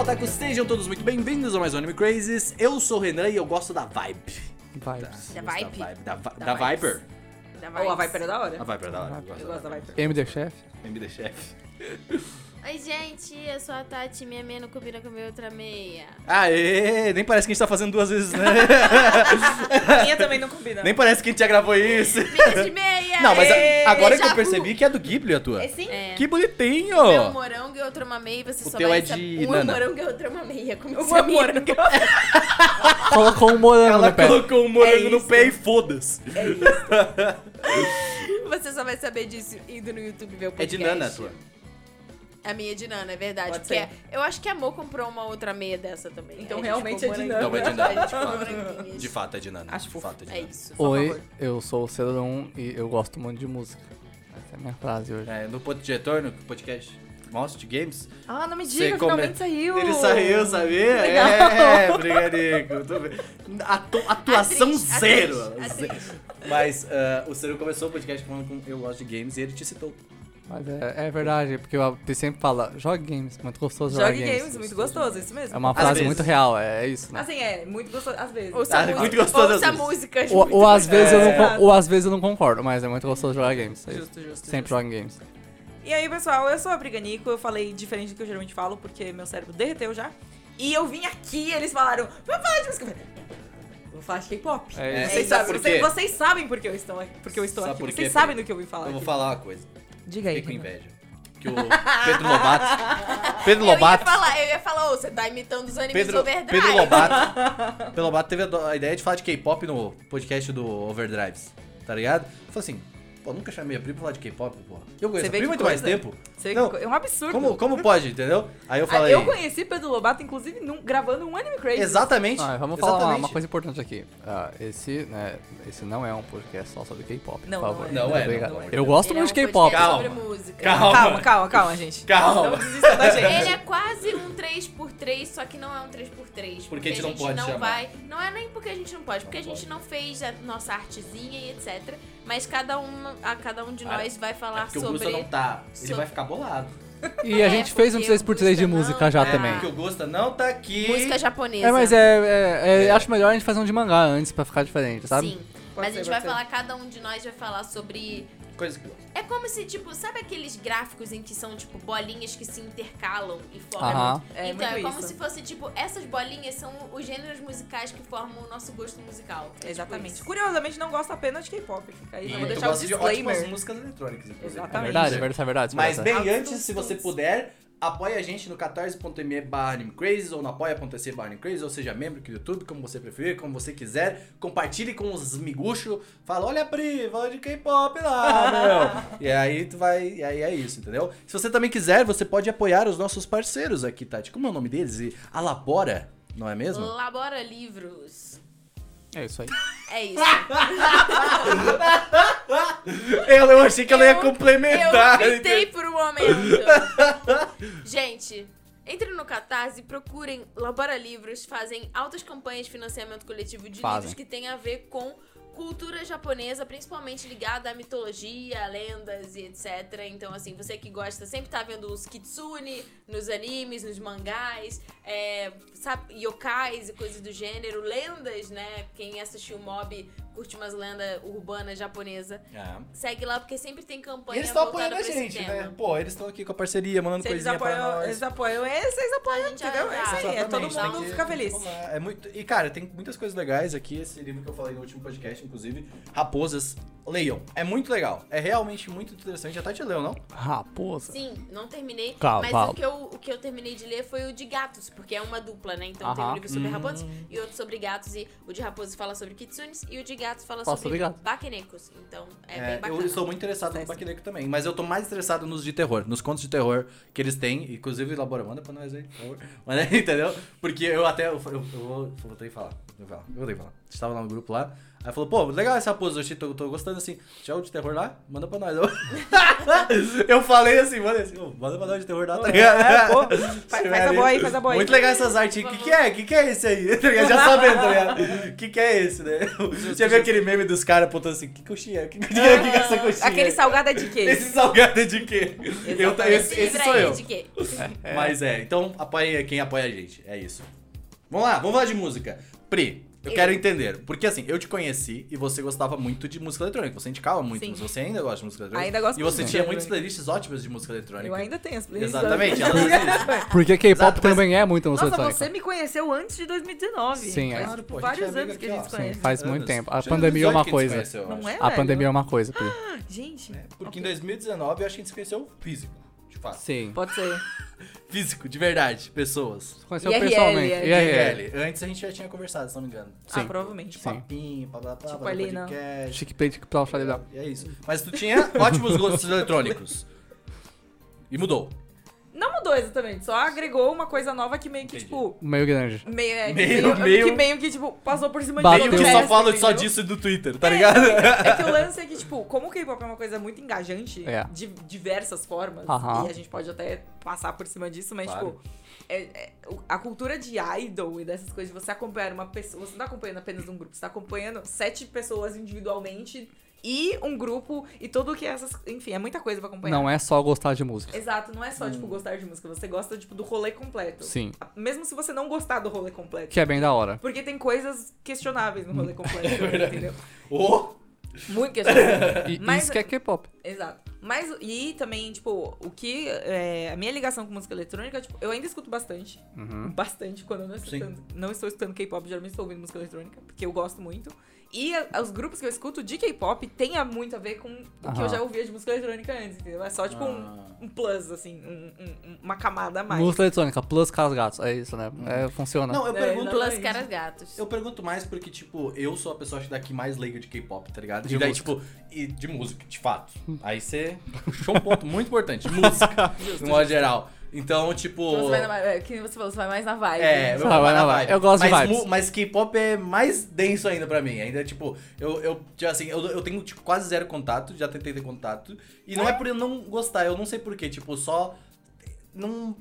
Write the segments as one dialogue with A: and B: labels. A: Otaku, sejam todos muito bem-vindos a mais um Anime Crazes. Eu sou o Renan e eu gosto da vibe.
B: Vibes.
C: Da
A: Eu
C: vibe?
A: gosto Da, vibe, da, vi-
C: Da
A: da
C: vibes.
A: Viper.
C: Da
B: Ou a
C: Vibes.
B: Viper é da hora.
A: A Viper é da hora.
B: Eu gosto da Viper.
A: Viper.
D: MD Chef.
A: MD Chef.
E: Oi, gente, eu sou a Tati, minha meia não combina com minha outra meia.
A: Aê! Nem parece que a gente tá fazendo duas vezes, né?
B: A minha também não combina.
A: Nem parece que a gente já gravou isso.
E: Meias de meia!
A: Não, mas é-
E: Ei,
A: a- agora que
E: déjà
A: eu
E: vu.
A: percebi que é do Ghibli a tua.
C: É sim?
E: É.
A: Que bonitinho!
E: Meu é um morango e outro uma meia, e você
A: O
E: só
A: teu
E: vai
A: é de
E: essa- Um
A: nana.
E: é morango e outro uma meia. Como
B: Eu
E: que você
B: vou
E: me...
B: morango.
D: Colocou um morango
A: Ela
D: no pé.
A: colocou o morango
B: É
A: no
B: isso.
A: pé e foda-se.
B: É isso.
E: Você só vai saber disso indo no YouTube ver o
A: É
E: podcast.
A: de Nana a tua.
E: A minha é de nana, é verdade.
B: Pode
E: porque
B: ser.
E: eu acho que a Mo comprou uma outra meia dessa também.
B: Então
E: Aí a gente
B: realmente
E: ficou
B: é de
E: moranguinho.
A: nana. Não, é de
E: A
A: nana.
E: gente ficou moranguinhas.
A: De fato, é de Nana.
B: Acho
A: de
B: fofo.
A: fato, é de
E: É
A: Nana.
E: isso. por
D: Oi,
E: favor.
D: eu sou o Ceron e eu gosto muito de música. Essa é a minha frase hoje.
A: É, no ponto de retorno, podcast Most Games,
C: Ah, não me
A: Você
C: diga,
A: come-
C: finalmente saiu.
A: Ele saiu, sabia? É, brigadinho. Tô bem. Atu- atuação
E: Atriz,
A: zero.
E: atriz, atriz.
A: Mas ah, o Ciro começou o podcast falando com Eu Gosto de Games e ele te citou.
D: Mas é, é verdade, porque o Abdi sempre fala, jogue games, muito gostoso jogar
B: Jogue games, muito gostoso, isso mesmo.
D: É uma
A: Às
D: frase
A: vezes.
D: muito real, é, é isso, né?
B: Assim, é, muito gostoso, às vezes. Tá
A: Ah,
E: Ouça a música.
A: muito gostoso
E: Ouça a
A: às vezes.
E: música.
D: Ou, ou às vezes eu não,
B: É.
D: con- ou às vezes eu não concordo, mas é muito gostoso jogar games. é isso.
B: Justo, justo,
D: Sempre
B: justo.
D: joga games.
B: E aí, pessoal, eu sou a Briganico, eu falei diferente do que eu geralmente falo, porque meu cérebro derreteu já. E eu vim aqui, eles falaram, vamos falar de música. Eu falei, Vou falar de K-pop.
D: É isso.
A: É
B: Vocês,
A: isso.
B: sabem,
A: Por
B: vocês,
A: quê?
B: vocês sabem porque eu estou aqui. Porque eu estou
A: Sabe
B: aqui.
A: por
B: vocês
A: quê?
B: sabem do que eu vim falar.
A: Eu vou
B: aqui.
A: falar uma coisa.
B: Diga aí.
A: Fiquei com
B: Renan.
A: inveja. Que o Pedro Lobato. Pedro
E: Eu ia
A: Lobato.
E: falar, eu ia falar, ô, você tá imitando os animes
A: Pedro,
E: Overdrive.
A: Pedro Lobato. Pedro Lobato teve a, do- a ideia de falar de K-pop no podcast do Overdrives. Tá ligado? Falei assim, pô, nunca chamei a prima pra falar de K-pop, porra. Eu
B: Você
A: conheço a
B: vê
A: prima há
B: que
A: muito mais
B: coisa?
A: tempo.
B: Você vê que
A: Não,
B: co- É um absurdo.
A: como, como pode, entendeu? Aí eu falei.
B: Ah, Eu conheci Pedro Lobato, inclusive, num- gravando um Anime Crazy.
A: Exatamente.
D: Ah, vamos falar uma,
A: exatamente.
D: uma coisa importante aqui. Ah, esse, né, esse não é um podcast só sobre K-pop,
B: Não,
D: por favor.
B: não é.
A: Não é,
D: Obrigado.
A: não é.
D: Eu gosto
E: Ele é um
D: muito de K-pop.
E: podcast
A: Calma. Tipo
E: sobre música.
B: Calma, calma, calma, gente.
A: Calma.
B: Não desista da gente.
E: Ele é quase um 3x3, só que não é um 3x3.
A: Porque a gente não pode
E: não
A: chamar.
E: vai. Não é nem porque a gente não pode, porque
A: Não
E: a gente
A: pode.
E: não fez a nossa artezinha e etc. Mas cada um, a cada um de
A: Ah,
E: nós vai
A: É
E: falar
A: porque o
E: sobre.
A: Gusta não tá. Ele
E: sobre-
A: vai ficar bolado.
D: E a
E: É,
D: gente fez um
E: porque o
D: 3x3 de
E: Gusta
D: música
E: não
D: já
B: É. né?
E: tá.
D: também.
A: Porque o Gusta não tá aqui.
E: Música japonesa.
D: É, mas é, é- é-
A: É.
D: Acho melhor a gente fazer um de mangá antes pra ficar diferente, sabe?
E: Sim.
B: Pode
E: mas
B: ser,
E: a gente
B: pode
E: vai
B: ser.
E: falar, cada um de nós vai falar sobre.
A: Coisa que
B: Então
A: gosta.
E: É como se, tipo, sabe aqueles gráficos em que são, tipo, bolinhas que se intercalam e
D: Aham.
E: formam.
B: É
E: então,
B: muito
E: é como
B: isso.
E: se fosse, tipo, essas bolinhas são os gêneros musicais que formam o nosso gosto musical. É tipo
B: Exatamente.
E: isso. Curiosamente.
B: Curiosamente, não gosto apenas de K-pop. Fica aí,
A: E
B: eu vou
A: tu
B: deixar o
A: gosta de ótimas
B: disclaimer.
A: músicas eletrônicas, inclusive.
D: É
B: Exatamente.
D: verdade, é verdade, é verdade.
A: Mas
D: Esperança.
A: bem
B: Absurdo.
A: antes, se você puder, apoia a gente no catarse.me barra animecrazes ou no apoia.se barra animecrazes, ou seja, membro aqui do YouTube, como você preferir, como você quiser. Compartilhe com os miguxos. Fala, olha a Pri, fala de K-pop lá, meu. e aí tu vai, e aí é isso, entendeu? Se você também quiser, você pode apoiar os nossos parceiros aqui, Tati. Como é o nome deles? E Alabora, não é mesmo?
E: Labora livros.
D: É isso aí.
E: É isso.
A: Eu, eu achei que ela ia
E: Oh. Eu-
A: complementar.
E: Eu gritei por um momento. Gente, entrem no Catarse, procurem Labora Livros, fazem altas campanhas de financiamento coletivo de
D: Fazem.
E: livros que tem a ver com cultura japonesa, principalmente ligada à mitologia, lendas e etc. Então, assim, você que gosta, sempre tá vendo os kitsune nos animes, nos mangás, é, sabe, yokais e coisas do gênero, lendas, né? Quem assistiu Mob curte umas lendas urbanas japonesa.
A: Ah.
E: Segue lá, porque sempre tem
A: E
E: campanha
A: eles estão
E: voltada
A: apoiando a
E: pra esse
A: gente,
E: tema.
A: né? Pô, eles estão aqui com a parceria, mandando
B: Se eles
A: coisinha pra
B: apoiam,
A: nós.
B: eles apoiam esse, eles apoiam,
E: A gente
B: entendeu? É isso aí, é
A: Exatamente,
B: todo
A: tem
B: mundo
A: que-
B: fica feliz.
A: Vamos lá, É muito... E, cara, tem muitas coisas legais aqui. Esse livro que eu falei no último podcast, inclusive, Raposas, leiam. É muito legal. É realmente muito interessante. A Tati leu, não?
D: Raposa.
E: Sim, não terminei.
D: Cavalo.
E: Mas o que, eu, o que eu terminei de ler foi o de gatos, porque é uma dupla, né? Então tem um
D: Aham.
E: livro sobre raposas e outro sobre gatos. E o de raposas fala sobre kitsunes e o de gatos
D: Fala
E: fala
D: sobre
E: sobre
D: gato.
E: baquenecos. Então é, bem
A: eu
E: bacana.
A: estou muito interessado no Baquineco também. Mas eu tô mais interessado nos de terror, nos contos de terror que eles têm. Inclusive, elabora, manda pra nós aí, por favor. Mas, né, entendeu? Porque eu até. Eu, eu, eu vou- voltei a falar. Eu vou falar. Eu voltei a falar. estava lá no grupo lá. Aí falou, pô, legal essa pose, eu tô, tô gostando assim. Tinha o de terror lá? Manda pra nós. Eu, eu falei assim, manda assim, "Ô, manda pra nós de terror lá, tá ligado?
B: É, pô, faz- faz a boa aí, faz a boa aí.
A: Muito legal essas artes. O que, que é? O que, que é esse aí? Tá ligado? Já sabendo, tá ligado? O que, que é esse, né? Já viu aquele meme dos caras apontando assim, que coxinha? é? Que coxinha? é? Que que é essa coxinha?
B: Aquele salgado é de quê?
A: Esse salgado é de quê? Eu, tá- esse, esse
E: Esse livro
A: sou
E: aí
A: eu.
E: de quê?
A: Mas é, então apoia quem apoia a gente. É isso. Vamos lá, vamos falar de música. Pri, eu,
E: Eu.
A: quero entender. Porque assim, eu te conheci e você gostava muito de música eletrônica. Você indicava muito,
B: Sim.
A: mas você ainda gosta de música eletrônica.
B: Ainda gosto
A: E você
B: muito de
A: tinha
B: música
A: muitas playlists ótimas de música eletrônica.
B: Eu ainda tenho as playlists.
A: Exatamente, ela fez isso.
D: Porque
A: Exato,
D: K-pop
A: mas-
D: também é muito música
B: Nossa,
D: eletrônica.
B: você me conheceu antes de 2019.
D: Sim, é.
B: faz
A: Claro, pô, a gente é
B: tipo, vários
A: amigo
B: anos que a
A: aqui,
B: gente
A: ó.
B: se conhece.
A: Sim,
D: Faz
A: anos.
D: muito tempo. A
A: Tinha
D: pandemia é
A: 18
D: uma
A: que a gente
D: coisa.
A: conheceu, eu
B: Não
A: acho. É,
B: é,
D: A
B: velho?
D: pandemia é uma coisa, Pri.
B: Ah, Gente,
A: Porque em 2019 eu acho que a gente se conheceu físico. De fato.
D: Sim.
B: pode ser.
A: Físico, de verdade, pessoas.
D: Conheceu
B: IRL,
D: pessoalmente.
A: é
B: IRL.
D: IRL.
A: IRL. Antes a gente já tinha conversado, se não me engano.
B: Ah, provavelmente.
D: Sim.
A: Papinho, blá blá blá,
B: Tipo
A: blá,
B: ali, não.
A: podcast.
D: Chique play, chique plau, xaliblau.
A: E é isso. Mas tu tinha ótimos gostos eletrônicos. E mudou.
B: Não mudou exatamente, só agregou uma coisa nova que meio que,
A: Entendi.
B: tipo,
D: Meio grande.
B: meio, é, que
A: Meio-
B: meio-
A: meio-
B: que meio que, tipo, passou por cima
D: Bateu.
A: Meio
B: de todo
A: um que
B: o
A: só
B: resto,
A: fala só
B: entendeu?
A: disso no Twitter, tá ligado?
B: É que o lance é que, tipo, como o K-pop é uma coisa muito engajante
D: É.
B: de diversas formas,
D: Aham.
B: e a gente pode até passar por cima disso, mas,
A: Claro.
B: tipo, é- é- o- a cultura de idol e dessas coisas, você acompanhar uma pessoa, você não tá acompanhando apenas um grupo, você tá acompanhando sete pessoas individualmente e um grupo e tudo que essas. Enfim, é muita coisa pra acompanhar.
D: Não é só gostar de música.
B: Exato, não é só, tipo, gostar de música, você gosta, tipo, do rolê completo.
D: Sim.
B: Mesmo se você não gostar do rolê completo.
D: Que é bem da hora.
B: Porque tem coisas questionáveis no rolê completo, entendeu?
A: Ô,
B: Muito
D: E
B: questionáveis. Mas-
D: isso que é K-pop.
B: Exato. Mas, e também, tipo, o que. é, a minha ligação com música eletrônica, tipo, eu ainda escuto bastante.
D: Uhum.
B: Bastante quando eu não estou
A: Sim.
B: escutando, não estou escutando K-pop, geralmente estou ouvindo música eletrônica, porque eu gosto muito. E a- os grupos que eu escuto de K-pop tem a- muito a ver com o que eu
D: Aham.
B: já ouvia de música eletrônica antes, entendeu? É só, tipo,
A: Ah.
B: um, um plus, assim, um- um- uma camada a mais.
D: Música eletrônica, plus caras gatos. É isso, né? É, funciona.
A: Não, eu
B: É,
A: pergunto.
B: não.
E: Plus caras gatos.
A: Eu pergunto mais porque, tipo, eu sou a pessoa acho, daqui mais leiga de K-pop, tá ligado?
D: De
A: e daí,
D: música.
A: tipo, e de música, de fato. Aí você puxou um ponto muito importante, música, no modo geral. Então, tipo.
E: Então Você vai na, é, que nem você falou, você vai mais na vibe.
A: É, eu,
D: Vai, vai, vai. Eu gosto de
A: mas,
D: vibes.
A: mu- Mas K-pop é mais denso ainda pra mim. Ainda, tipo, eu, eu já, assim, eu, eu tenho tipo, quase zero contato, já tentei ter contato. E não é por eu não gostar, eu não sei porquê. Tipo, só. Não.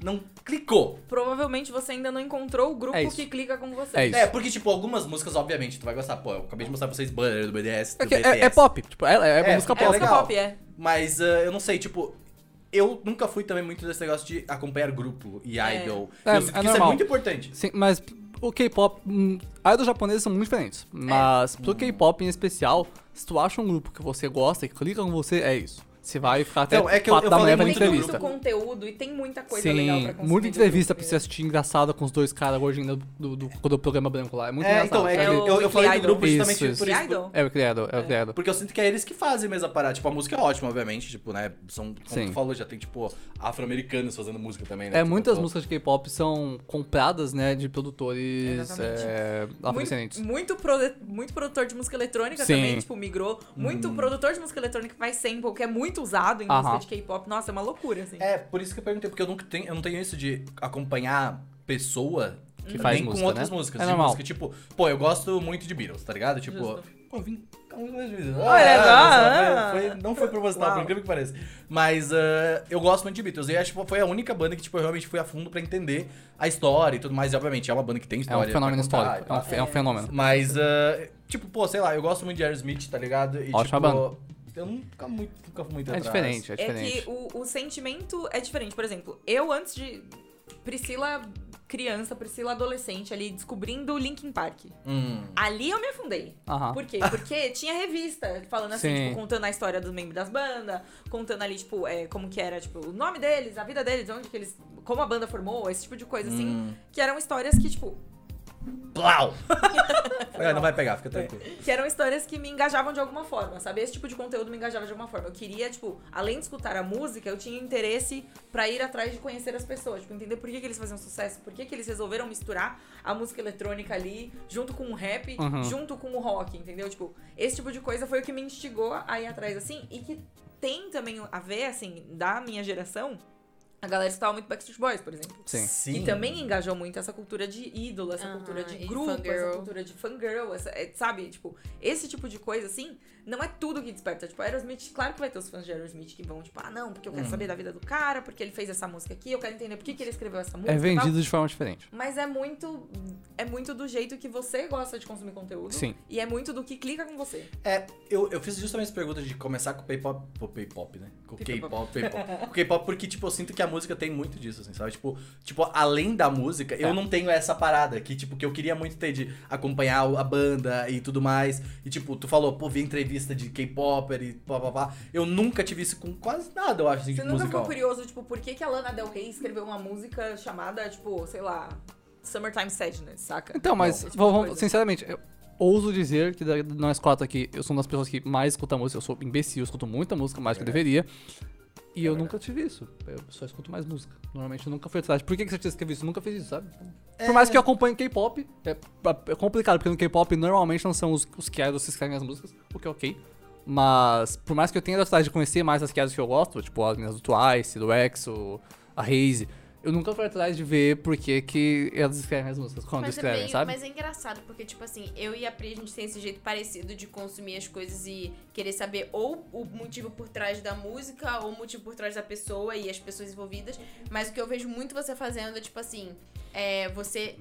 A: Não clicou.
B: Provavelmente você ainda não encontrou o grupo
D: É isso.
B: que clica com você.
D: É isso.
A: É, porque, tipo, algumas músicas, obviamente, tu vai gostar. Pô, eu acabei de mostrar pra vocês banner do BDS. Do
D: É, que- é-
A: BTS.
D: é pop. Tipo, é, é,
A: É,
D: música
A: é
B: É
D: pop.
B: música
A: legal.
B: pop, é.
A: Mas ah, eu não sei, tipo. Eu nunca fui também muito desse negócio de acompanhar grupo e
B: É.
A: idol.
D: É,
A: eu sinto
D: é
A: que isso é
D: normal.
A: muito importante.
D: Sim, mas o K-pop. hum, Idols japoneses são muito diferentes. Mas pro K-pop em especial, se tu acha um grupo que você gosta e clica com você, é isso. Você vai ficar até
A: Então, é que eu-
D: 4
A: eu
D: da
A: falei Tem
D: manhã vendo
A: muito
B: tem
D: entrevista.
B: muito conteúdo e tem muita coisa legal pra
D: Sim,
B: consumir.
D: muita
B: do
D: entrevista pra
B: grupo,
D: você assistir engraçada com os dois caras gordinhos do, do, do, do programa branco lá. É muito
A: É,
D: engraçado.
A: então, é que
B: É
A: eu,
B: o
A: eu
B: Weekly
A: falei do
B: Idol.
A: grupo
D: Isso,
A: justamente
D: isso.
A: por isso.
B: Weekly Idol.
D: É o criado, é o criado.
A: Porque eu sinto que é eles que fazem mesmo a parada. Tipo, a música é ótima, obviamente. Tipo, né? São, como
D: Sim.
A: tu falou, já tem, tipo, afro-americanos fazendo música também, né?
D: É,
A: Tipo,
D: muitas
A: pô,
D: músicas de K-pop são compradas, né, de produtores
B: Exatamente.
D: é, afrodescendentes.
B: Muito, muito, produ- muito produtor de música eletrônica
D: Sim. Uhum.
B: também, tipo, migrou. Muito produtor de música eletrônica que faz sample, que é muito usado em música
D: Aham.
B: de K-pop. Nossa, é uma loucura, assim.
A: É, por isso que eu perguntei, porque eu, nunca tenho, eu não tenho isso de acompanhar pessoa
D: Que faz
A: nem
D: música,
A: com outras
D: né?
A: músicas.
D: É
A: de
D: normal.
A: música, tipo, pô, eu gosto muito de Beatles, tá ligado? Tipo,
B: Justo.
A: pô, eu vim.
D: é,
B: Olha só,
A: Ah,
B: ah.
A: foi- não foi proposital,
B: Uau.
A: por incrível que pareça. Mas ah, eu gosto muito de Beatles. E acho que foi a única banda que, tipo, eu realmente fui a fundo pra entender a história e tudo mais. E, obviamente, é uma banda que tem
D: É
A: história.
D: um
A: pra
D: fenômeno
A: contar e
D: histórico. É
A: tal.
D: um, fe- é um fenômeno.
A: Mas, ah, tipo, pô, sei lá, eu gosto muito de Aerosmith, tá ligado? E,
D: Ótima
A: tipo,
D: banda.
A: Eu nunca, muito, nunca fui muito
D: É
A: atrás.
D: diferente, é
B: É
D: diferente.
B: que o, o sentimento é diferente. Por exemplo, eu antes de. Priscila criança, Priscila adolescente ali, descobrindo o Linkin Park.
A: Hum.
B: Ali eu me afundei.
D: Aham. É
B: Por quê? Porque tinha revista falando assim,
D: Sim.
B: tipo, contando a história dos membros das bandas, contando ali, tipo, é, como que era, tipo, o nome deles, a vida deles, onde que eles. como a banda formou, esse tipo de coisa, assim.
A: Hum.
B: Que eram histórias que, tipo,
A: Plau! É, não vai pegar, fica tranquilo.
B: que eram histórias que me engajavam de alguma forma, sabe? Esse tipo de conteúdo me engajava de alguma forma. Eu queria, tipo, além de escutar a música, eu tinha interesse pra ir atrás de conhecer as pessoas, tipo, entender por que, que eles faziam sucesso, por que, que eles resolveram misturar a música eletrônica ali, junto com o rap,
D: Uhum.
B: junto com o rock, entendeu? Tipo, esse tipo de coisa foi o que me instigou a ir atrás, assim, e que tem também a ver, assim, da minha geração, A galera escutava muito Backstreet Boys, por exemplo.
D: Sim.
B: E também engajou muito essa cultura de ídolo, essa
E: Aham,
B: cultura de
E: e
B: grupo, essa
E: fangirl.
B: cultura de fangirl, essa, é, sabe? Tipo, esse tipo de coisa, assim, não é tudo que desperta. Tipo, Aerosmith, claro que vai ter os fãs de Aerosmith que vão, tipo, ah, não, porque eu
D: Hum.
B: quero saber da vida do cara, porque ele fez essa música aqui, eu quero entender por que, que ele escreveu essa música.
D: É
B: e tal.
D: vendido de forma diferente.
B: Mas é muito, é muito do jeito que você gosta de consumir conteúdo.
D: Sim.
B: E é muito do que clica com você.
A: É, eu, eu fiz justamente essa pergunta de começar com o P-pop, com o P-pop, né? Com o K-pop,
B: P-pop.
A: P-pop. Com o K-pop, porque, tipo, eu sinto que a música tem muito disso, assim, sabe? Tipo, tipo além da música, eu
D: É.
A: não tenho essa parada que, tipo, que eu queria muito ter de acompanhar o- a banda e tudo mais. E, tipo, tu falou, pô, vi entrevista de K-popper e blá blá blá. Eu nunca tive isso com quase nada, eu acho, assim,
B: Você
A: de
B: nunca ficou
A: musical.
B: curioso, tipo, por que, que a Lana Del Rey escreveu uma música chamada, tipo, sei lá, Summertime Sadness, saca?
D: Então, mas,
B: Esse tipo de
D: vamos-
B: coisa.
D: sinceramente, eu ouso dizer que da- nós quatro aqui, eu sou uma das pessoas que mais escuta música. Eu sou imbecil, eu escuto muita música, mais do
B: É.
D: que eu deveria. E eu nunca tive isso. Eu só escuto mais música. Normalmente eu nunca fui atrás. Por que, que você tinha escrevido isso? Eu nunca fiz isso, sabe? Por mais que eu acompanhe K-pop, é, é complicado, porque no K-pop normalmente não são os, os que idols que escrevem as músicas, o que é ok. Mas, por mais que eu tenha a vontade de conhecer mais as que idols que eu gosto, tipo as meninas do Twice, do EXO, a Haze, eu nunca fui atrás de ver por que que elas escrevem as músicas, quando
E: Mas é,
D: escrevem,
E: meio-
D: sabe?
E: mas é engraçado, porque, tipo assim, eu e a Pri, a gente tem esse jeito parecido de consumir as coisas e querer saber ou o motivo por trás da música, ou o motivo por trás da pessoa e as pessoas envolvidas. Mas o que eu vejo muito você fazendo é, tipo assim, é, você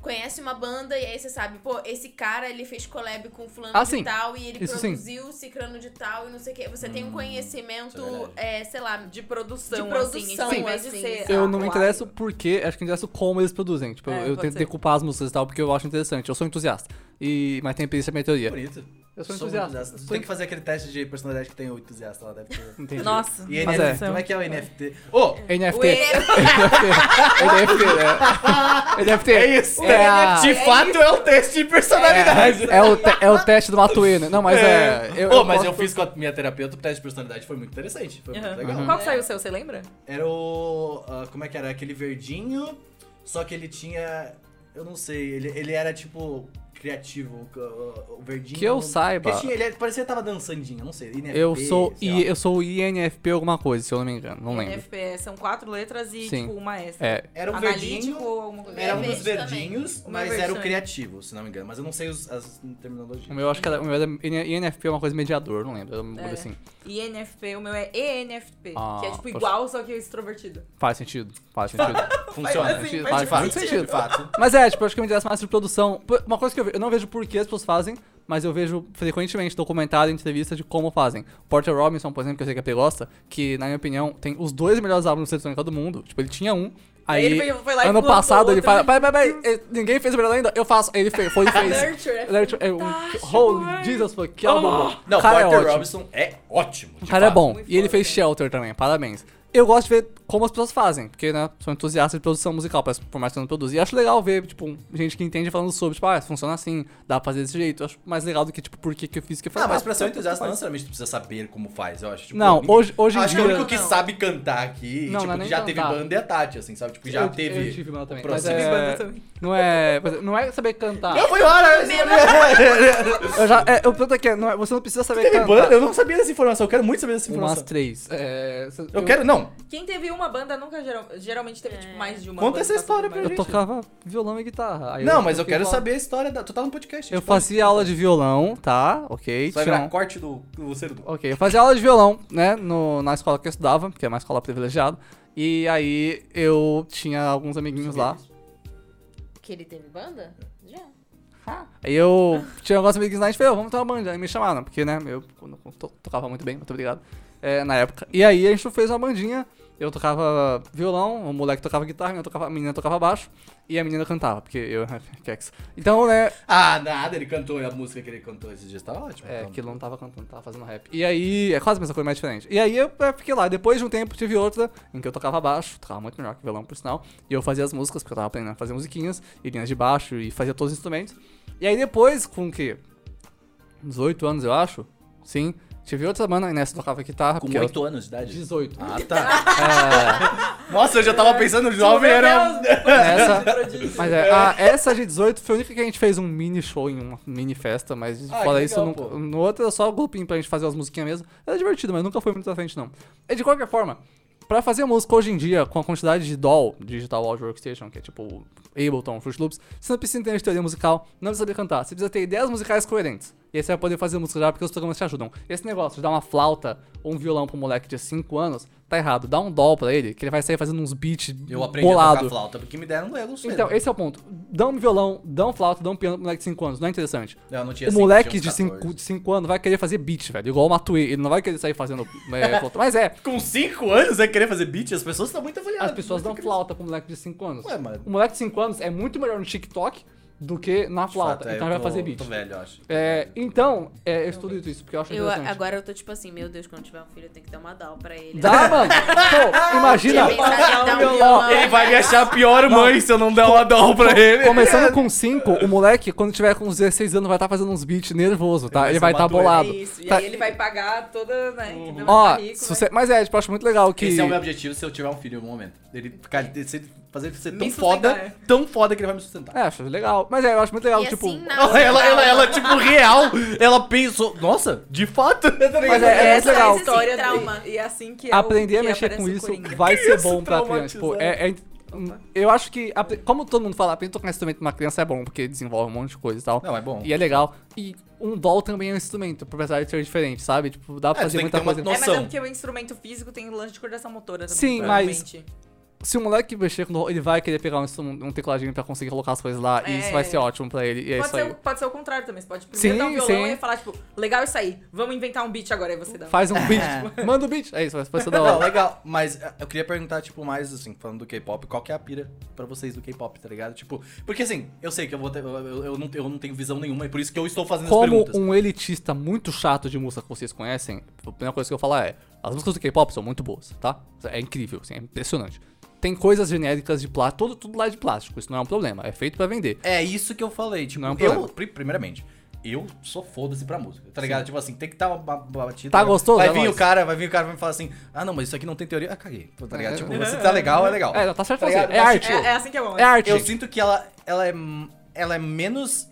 E: conhece uma banda e aí você sabe, pô, esse cara, ele fez collab com fulano
D: Ah,
E: de
D: sim.
E: tal e ele
D: Isso sim.
E: produziu cicrano de tal e não sei o quê. Você tem um conhecimento,
A: Hum, isso é verdade.
E: é, sei lá,
B: De produção,
E: De
B: assim,
E: produção,
B: ao invés de
E: assim,
B: ser
D: Eu
B: a
D: não me
B: live.
D: interesso porque, acho que me interessa como eles produzem. Tipo,
B: É,
D: eu
B: pode
D: tento
B: ser.
D: decupar as músicas e tal, porque eu acho interessante. Eu sou entusiasta. E, mas tem preguiça na minha teoria.
A: Bonito.
D: Eu sou
A: É
D: um
A: Sou muito
D: entusiasta.
A: Tu Tem que fazer aquele teste de personalidade que tem o entusiasta lá, deve ter.
D: Entendi.
B: Nossa.
A: E
D: Mas
A: NFT,
D: é.
A: como é que é o NFT? Ô,
D: NFT.
B: Ué,
D: NFT, né? NFT.
A: é isso!
D: É, a-
A: De fato é um teste de personalidade!
D: é o, te- é o teste do Matuê, né? Não, mas é. eu,
A: Pô,
D: eu
A: mas
D: gosto-
A: eu fiz com a minha terapeuta o teste de personalidade, foi muito interessante.
D: é,
A: Foi muito
B: Uhum.
A: legal.
B: Qual que saiu o seu, você lembra?
A: Era o. ah, como é que era? Aquele verdinho, só que ele tinha. Eu não sei, ele, ele era tipo criativo, o, o verdinho.
D: Que eu
A: não-
D: saiba.
A: Ele, tinha- ele parecia que tava dançandinho, eu não sei. NFT,
D: Eu sou,
A: sei lá.
D: I, eu sou INFP alguma coisa, se eu não me engano. Não lembro.
B: NFPE, são quatro letras e,
D: Sim.
B: tipo, uma S.
D: É.
A: Era um
B: Analítico
A: verdinho.
B: ou alguma coisa.
A: Era um dos
E: Verde também.
A: verdinhos,
B: Uma
A: mas era o
B: versão.
A: criativo, se não me engano. Mas eu não sei os, as terminologias.
D: O meu, acho que era, o meu era INFP é uma coisa mediador, não lembro. Era uma coisa
B: É.
D: assim.
B: INFP, o meu é ENFP,
D: Ah,
B: que é, tipo,
D: poxa.
B: igual, só que extrovertido.
D: Faz sentido. Faz sentido.
A: Funciona.
B: Faz assim,
D: Sentido,
B: faz
D: faz, faz muito
A: sentido.
D: sentido.
A: De fato.
D: Mas é, tipo, acho que me interessa mais sobre produção. Pô, Uma coisa que eu vejo, eu não vejo por que as pessoas fazem, mas eu vejo frequentemente documentário e entrevista de como fazem. Porter Robinson, por exemplo, que eu sei que a P gosta, que, na minha opinião, tem os dois melhores álbuns de eletrônica do mundo. Tipo, ele tinha um. Aí,
B: Aí ele foi- foi lá e
D: ano
B: plantou
D: passado, ele
B: outro. né?
D: fala: peraí, peraí, peraí, eh, ninguém fez o melhor ainda, eu faço. Aí ele fez, foi e fez.
B: Nurture, Oh. é
D: Ele- é um- Holy Jesus, fuck, que álbum bom.
A: Não,
D: Cara, é
A: Porter
D: ótimo.
A: Robinson é ótimo.
D: O
A: de
D: cara é
A: fato.
D: bom.
B: Muito
D: E ele
B: foda,
D: fez
B: né?
D: Shelter também, parabéns. Eu gosto de ver como as pessoas fazem, porque, né, sou entusiasta de produção musical, parece que por mais que eu não produzo. E acho legal ver, tipo, gente que entende falando sobre, tipo, ah, funciona assim, dá pra fazer desse jeito. Eu acho mais legal do que, tipo, por que que eu fiz o que eu
A: Ah,
D: falei.
A: mas pra ser um
D: eu
A: entusiasta, não necessariamente tu precisa saber como faz, eu acho. Tipo,
D: Não,
A: ninguém-
D: hoje, hoje em
A: acho que o
D: dia...
A: único que
B: Não.
A: sabe cantar aqui,
D: Não,
A: tipo,
D: não é nem
A: que já teve
D: cantar.
A: banda é a Tati, assim, sabe? Tipo, já
D: eu,
A: teve.
D: Eu tive meu também. Mas
A: processo.
D: é,
A: Tive
B: banda também.
D: Não é, pois é, não é saber cantar.
A: Eu fui embora!
D: Eu já, é, o ponto é que não é, você não precisa saber
A: Teve
D: cantar.
A: banda? Eu não sabia dessa informação, eu quero muito saber dessa
D: Umas
A: informação.
D: três. É, se-
A: Eu quero, não.
B: Quem teve uma banda nunca geral- geralmente teve, tipo, mais de uma
A: Conta
B: banda,
A: essa
B: tá
A: história
B: tudo
A: pra
B: bem.
D: Eu tocava violão e guitarra. Aí
A: Não, mas eu
D: fiquei
A: quero
D: com-
A: saber a história da. Tu tá no podcast.
D: Eu
A: tipo,
D: fazia aula de violão, tá? Ok.
A: Isso vai
D: tinha
A: virar
D: um-
A: corte do, do Luceiro do.
D: Ok, eu fazia aula de violão, né, no- na escola que eu estudava, que é uma escola privilegiada. E aí eu tinha alguns amiguinhos lá.
E: Que ele teve banda? Já.
D: Aí eu tinha alguns amiguinhos lá e a gente falou, vamos tomar uma bandinha. Aí me chamaram, porque, né, eu to- tocava muito bem, muito obrigado, é, na época. E aí a gente fez uma bandinha, eu tocava violão, o moleque tocava guitarra, eu tocava, a menina tocava baixo, e a menina cantava, porque eu era quex. Então, né,
A: Ah, nada, ele cantou a música que ele cantou esses dias, tá ótimo.
D: É,
A: então.
D: aquilo não tava cantando, tava fazendo rap. E aí, é quase a mesma coisa, mas diferente. E aí eu é, fiquei lá. Depois de um tempo, tive outra em que eu tocava baixo, tocava muito melhor que violão, por sinal. E eu fazia as músicas, porque eu tava aprendendo a fazer musiquinhas e linhas de baixo e fazia todos os instrumentos. E aí depois, com o quê? 18 anos, eu acho. Sim. Tive outra banda, e nessa eu tocava guitarra.
A: Com
D: porque eu-
A: 8 anos de idade?
D: 18.
A: Ah, tá.
D: É.
A: Nossa, eu já tava pensando, o jovem
B: Meu
A: era.
B: Deus,
D: Essa,
B: prodígio.
D: mas é, a- essa de 18 foi a única que a gente fez um mini show em uma mini festa, mas
A: Ah,
D: fora
A: que
D: isso,
A: legal,
D: nunca, é
A: pô.
D: no outro era só o grupinho pra gente fazer umas musiquinhas mesmo. Era divertido, mas nunca foi muito pra frente, não. E É, de qualquer forma, Pra fazer música hoje em dia, com a quantidade de DAW, Digital Audio Workstation, que é tipo Ableton, Fruit Loops, você não precisa entender de teoria musical, não precisa saber cantar, você precisa ter ideias musicais coerentes. E aí você vai poder fazer música já porque os programas te ajudam. Esse negócio de dar uma flauta ou um violão pra um moleque de 5 anos, tá errado. Dá um DAW pra ele, que ele vai sair fazendo uns beats
A: Eu aprendi a
D: bolado.
A: tocar flauta, porque me deram eu não sei.
D: Então, esse é o ponto. Dá um violão, dá um flauta, dá um piano pro moleque de 5 anos, não é interessante.
A: eu não tinha
D: O
A: cinco,
D: moleque
A: tinha uns
D: de 5
A: 14.
D: de cinco anos vai querer fazer beat, velho. Igual o Matuê. Ele não vai querer sair fazendo é, flauta. Mas é,
A: Com 5 anos, vai querer fazer beat? As pessoas estão muito avaliadas. né,
D: as pessoas dão
A: muito
D: flauta pro moleque de 5 anos.
A: é Ué, mano.
D: O moleque de 5 anos é muito melhor no TikTok do que na
A: de
D: flauta.
A: fato, é,
D: então
A: eu
D: ele vai
A: tô-
D: fazer beat.
A: Tô velho, eu acho.
D: É, então, é, eu estudo isso, porque eu acho
E: Eu,
D: interessante.
E: agora eu tô tipo assim, meu Deus, quando tiver um filho eu tenho que dar uma dal pra ele.
D: Dá, mano! Pô, imagina!
E: Tinha pensado em dar um
D: Ó,
E: violão.
A: Ele vai me achar a pior mãe se eu não der uma dó pra ele.
D: Começando com 5, o moleque, quando tiver com uns 16 anos, vai estar fazendo uns beats nervoso, tá?
A: Ele
D: Ele
A: vai
D: vai
A: ser
D: estar
A: maduro.
B: É
D: bolado.
B: isso. E
D: Tá.
B: aí ele vai pagar toda, né? que não
D: Ó,
B: tá rico,
D: se
B: né?
D: você- mas é, tipo, eu acho muito legal que.
A: Esse é o meu objetivo se eu tiver um filho no momento. Ele ficar, ele ser- fazer ele ser
B: Me
A: tão foda,
B: sustentar, é.
A: tão foda que ele vai me sustentar.
D: É, acho legal. Mas é, eu acho muito legal,
E: E
D: tipo.
E: assim, na-
B: né,
A: Ela, ela, ela, ela, tipo, real, ela pensou, nossa, de fato. tá
D: Mas é, é muito
B: Essa a
D: legal.
E: história
B: história
E: do-
B: trauma. E é assim que é o-
D: aprender a
B: que
D: mexer
B: aparece
D: com
B: o
D: isso
B: Coringa.
D: vai ser
A: Criança
D: bom pra criança. Tipo, é, é- eu acho que, apre- como todo mundo fala, aprender a tocar instrumento pra uma criança é bom, porque desenvolve um monte de coisa e tal.
A: Não, é bom.
D: E é legal. E um doll também é um instrumento, apesar de ser diferente, sabe? Tipo, dá pra
A: É,
D: fazer
A: tem que
D: muita
A: ter uma
D: coisa.
A: noção.
B: É, mas é porque o instrumento físico tem lance de coordenação motora também.
D: Sim, mas-
B: provavelmente.
D: Se o moleque mexer com doll, ele vai querer pegar um, instrum- um tecladinho pra conseguir colocar as coisas lá, e isso
B: É.
D: vai ser ótimo pra ele. E é
B: Pode
D: isso
B: ser, um-
D: aí.
B: o- pode ser o contrário também. Você pode primeiro
D: Sim,
B: dar um violão
D: sim.
B: e falar, tipo, legal isso aí. Vamos inventar um beat agora. Aí você dá. um-
D: Faz um beat, manda um beat. É isso, vai ser da
A: Não,
D: hora.
A: legal, mas eh, eu queria perguntar, tipo, mais assim, falando do K-pop, qual que é a pira pra vocês do K-pop, tá ligado? Tipo, porque assim, eu sei que eu vou ter, eu, eu- eu não, eu não tenho visão nenhuma, e por isso que eu estou fazendo as
D: Como
A: perguntas.
D: um elitista muito chato de música que vocês conhecem, a primeira coisa que eu vou falar é: as músicas do K-pop são muito boas, tá? É incrível, assim, é impressionante. Tem coisas genéricas de plástico, tudo, tudo lá de plástico, isso não é um problema, é feito pra vender.
A: É isso que eu falei, tipo,
D: Não é um
A: eu,
D: problema.
A: pri- primeiramente, eu sou foda-se pra música, tá ligado? Tipo assim, tem que estar uma ba- ba- batida.
D: Tá
A: vai-
D: gostoso?
A: Vai
D: É
A: vir o
D: nóis.
A: cara, vai vir o cara e vai me falar assim, ah não, mas isso aqui não tem teoria, ah, caguei, tá ligado?
D: É.
A: Tipo, você tá legal, é legal.
D: É, não, tá certo
A: Tá
D: fazer,
A: ligado?
D: é
A: Mas,
D: arte.
A: tipo,
B: É, é assim que é bom.
D: É
B: né?
D: arte.
A: Eu sinto que ela, ela, é, ela é menos.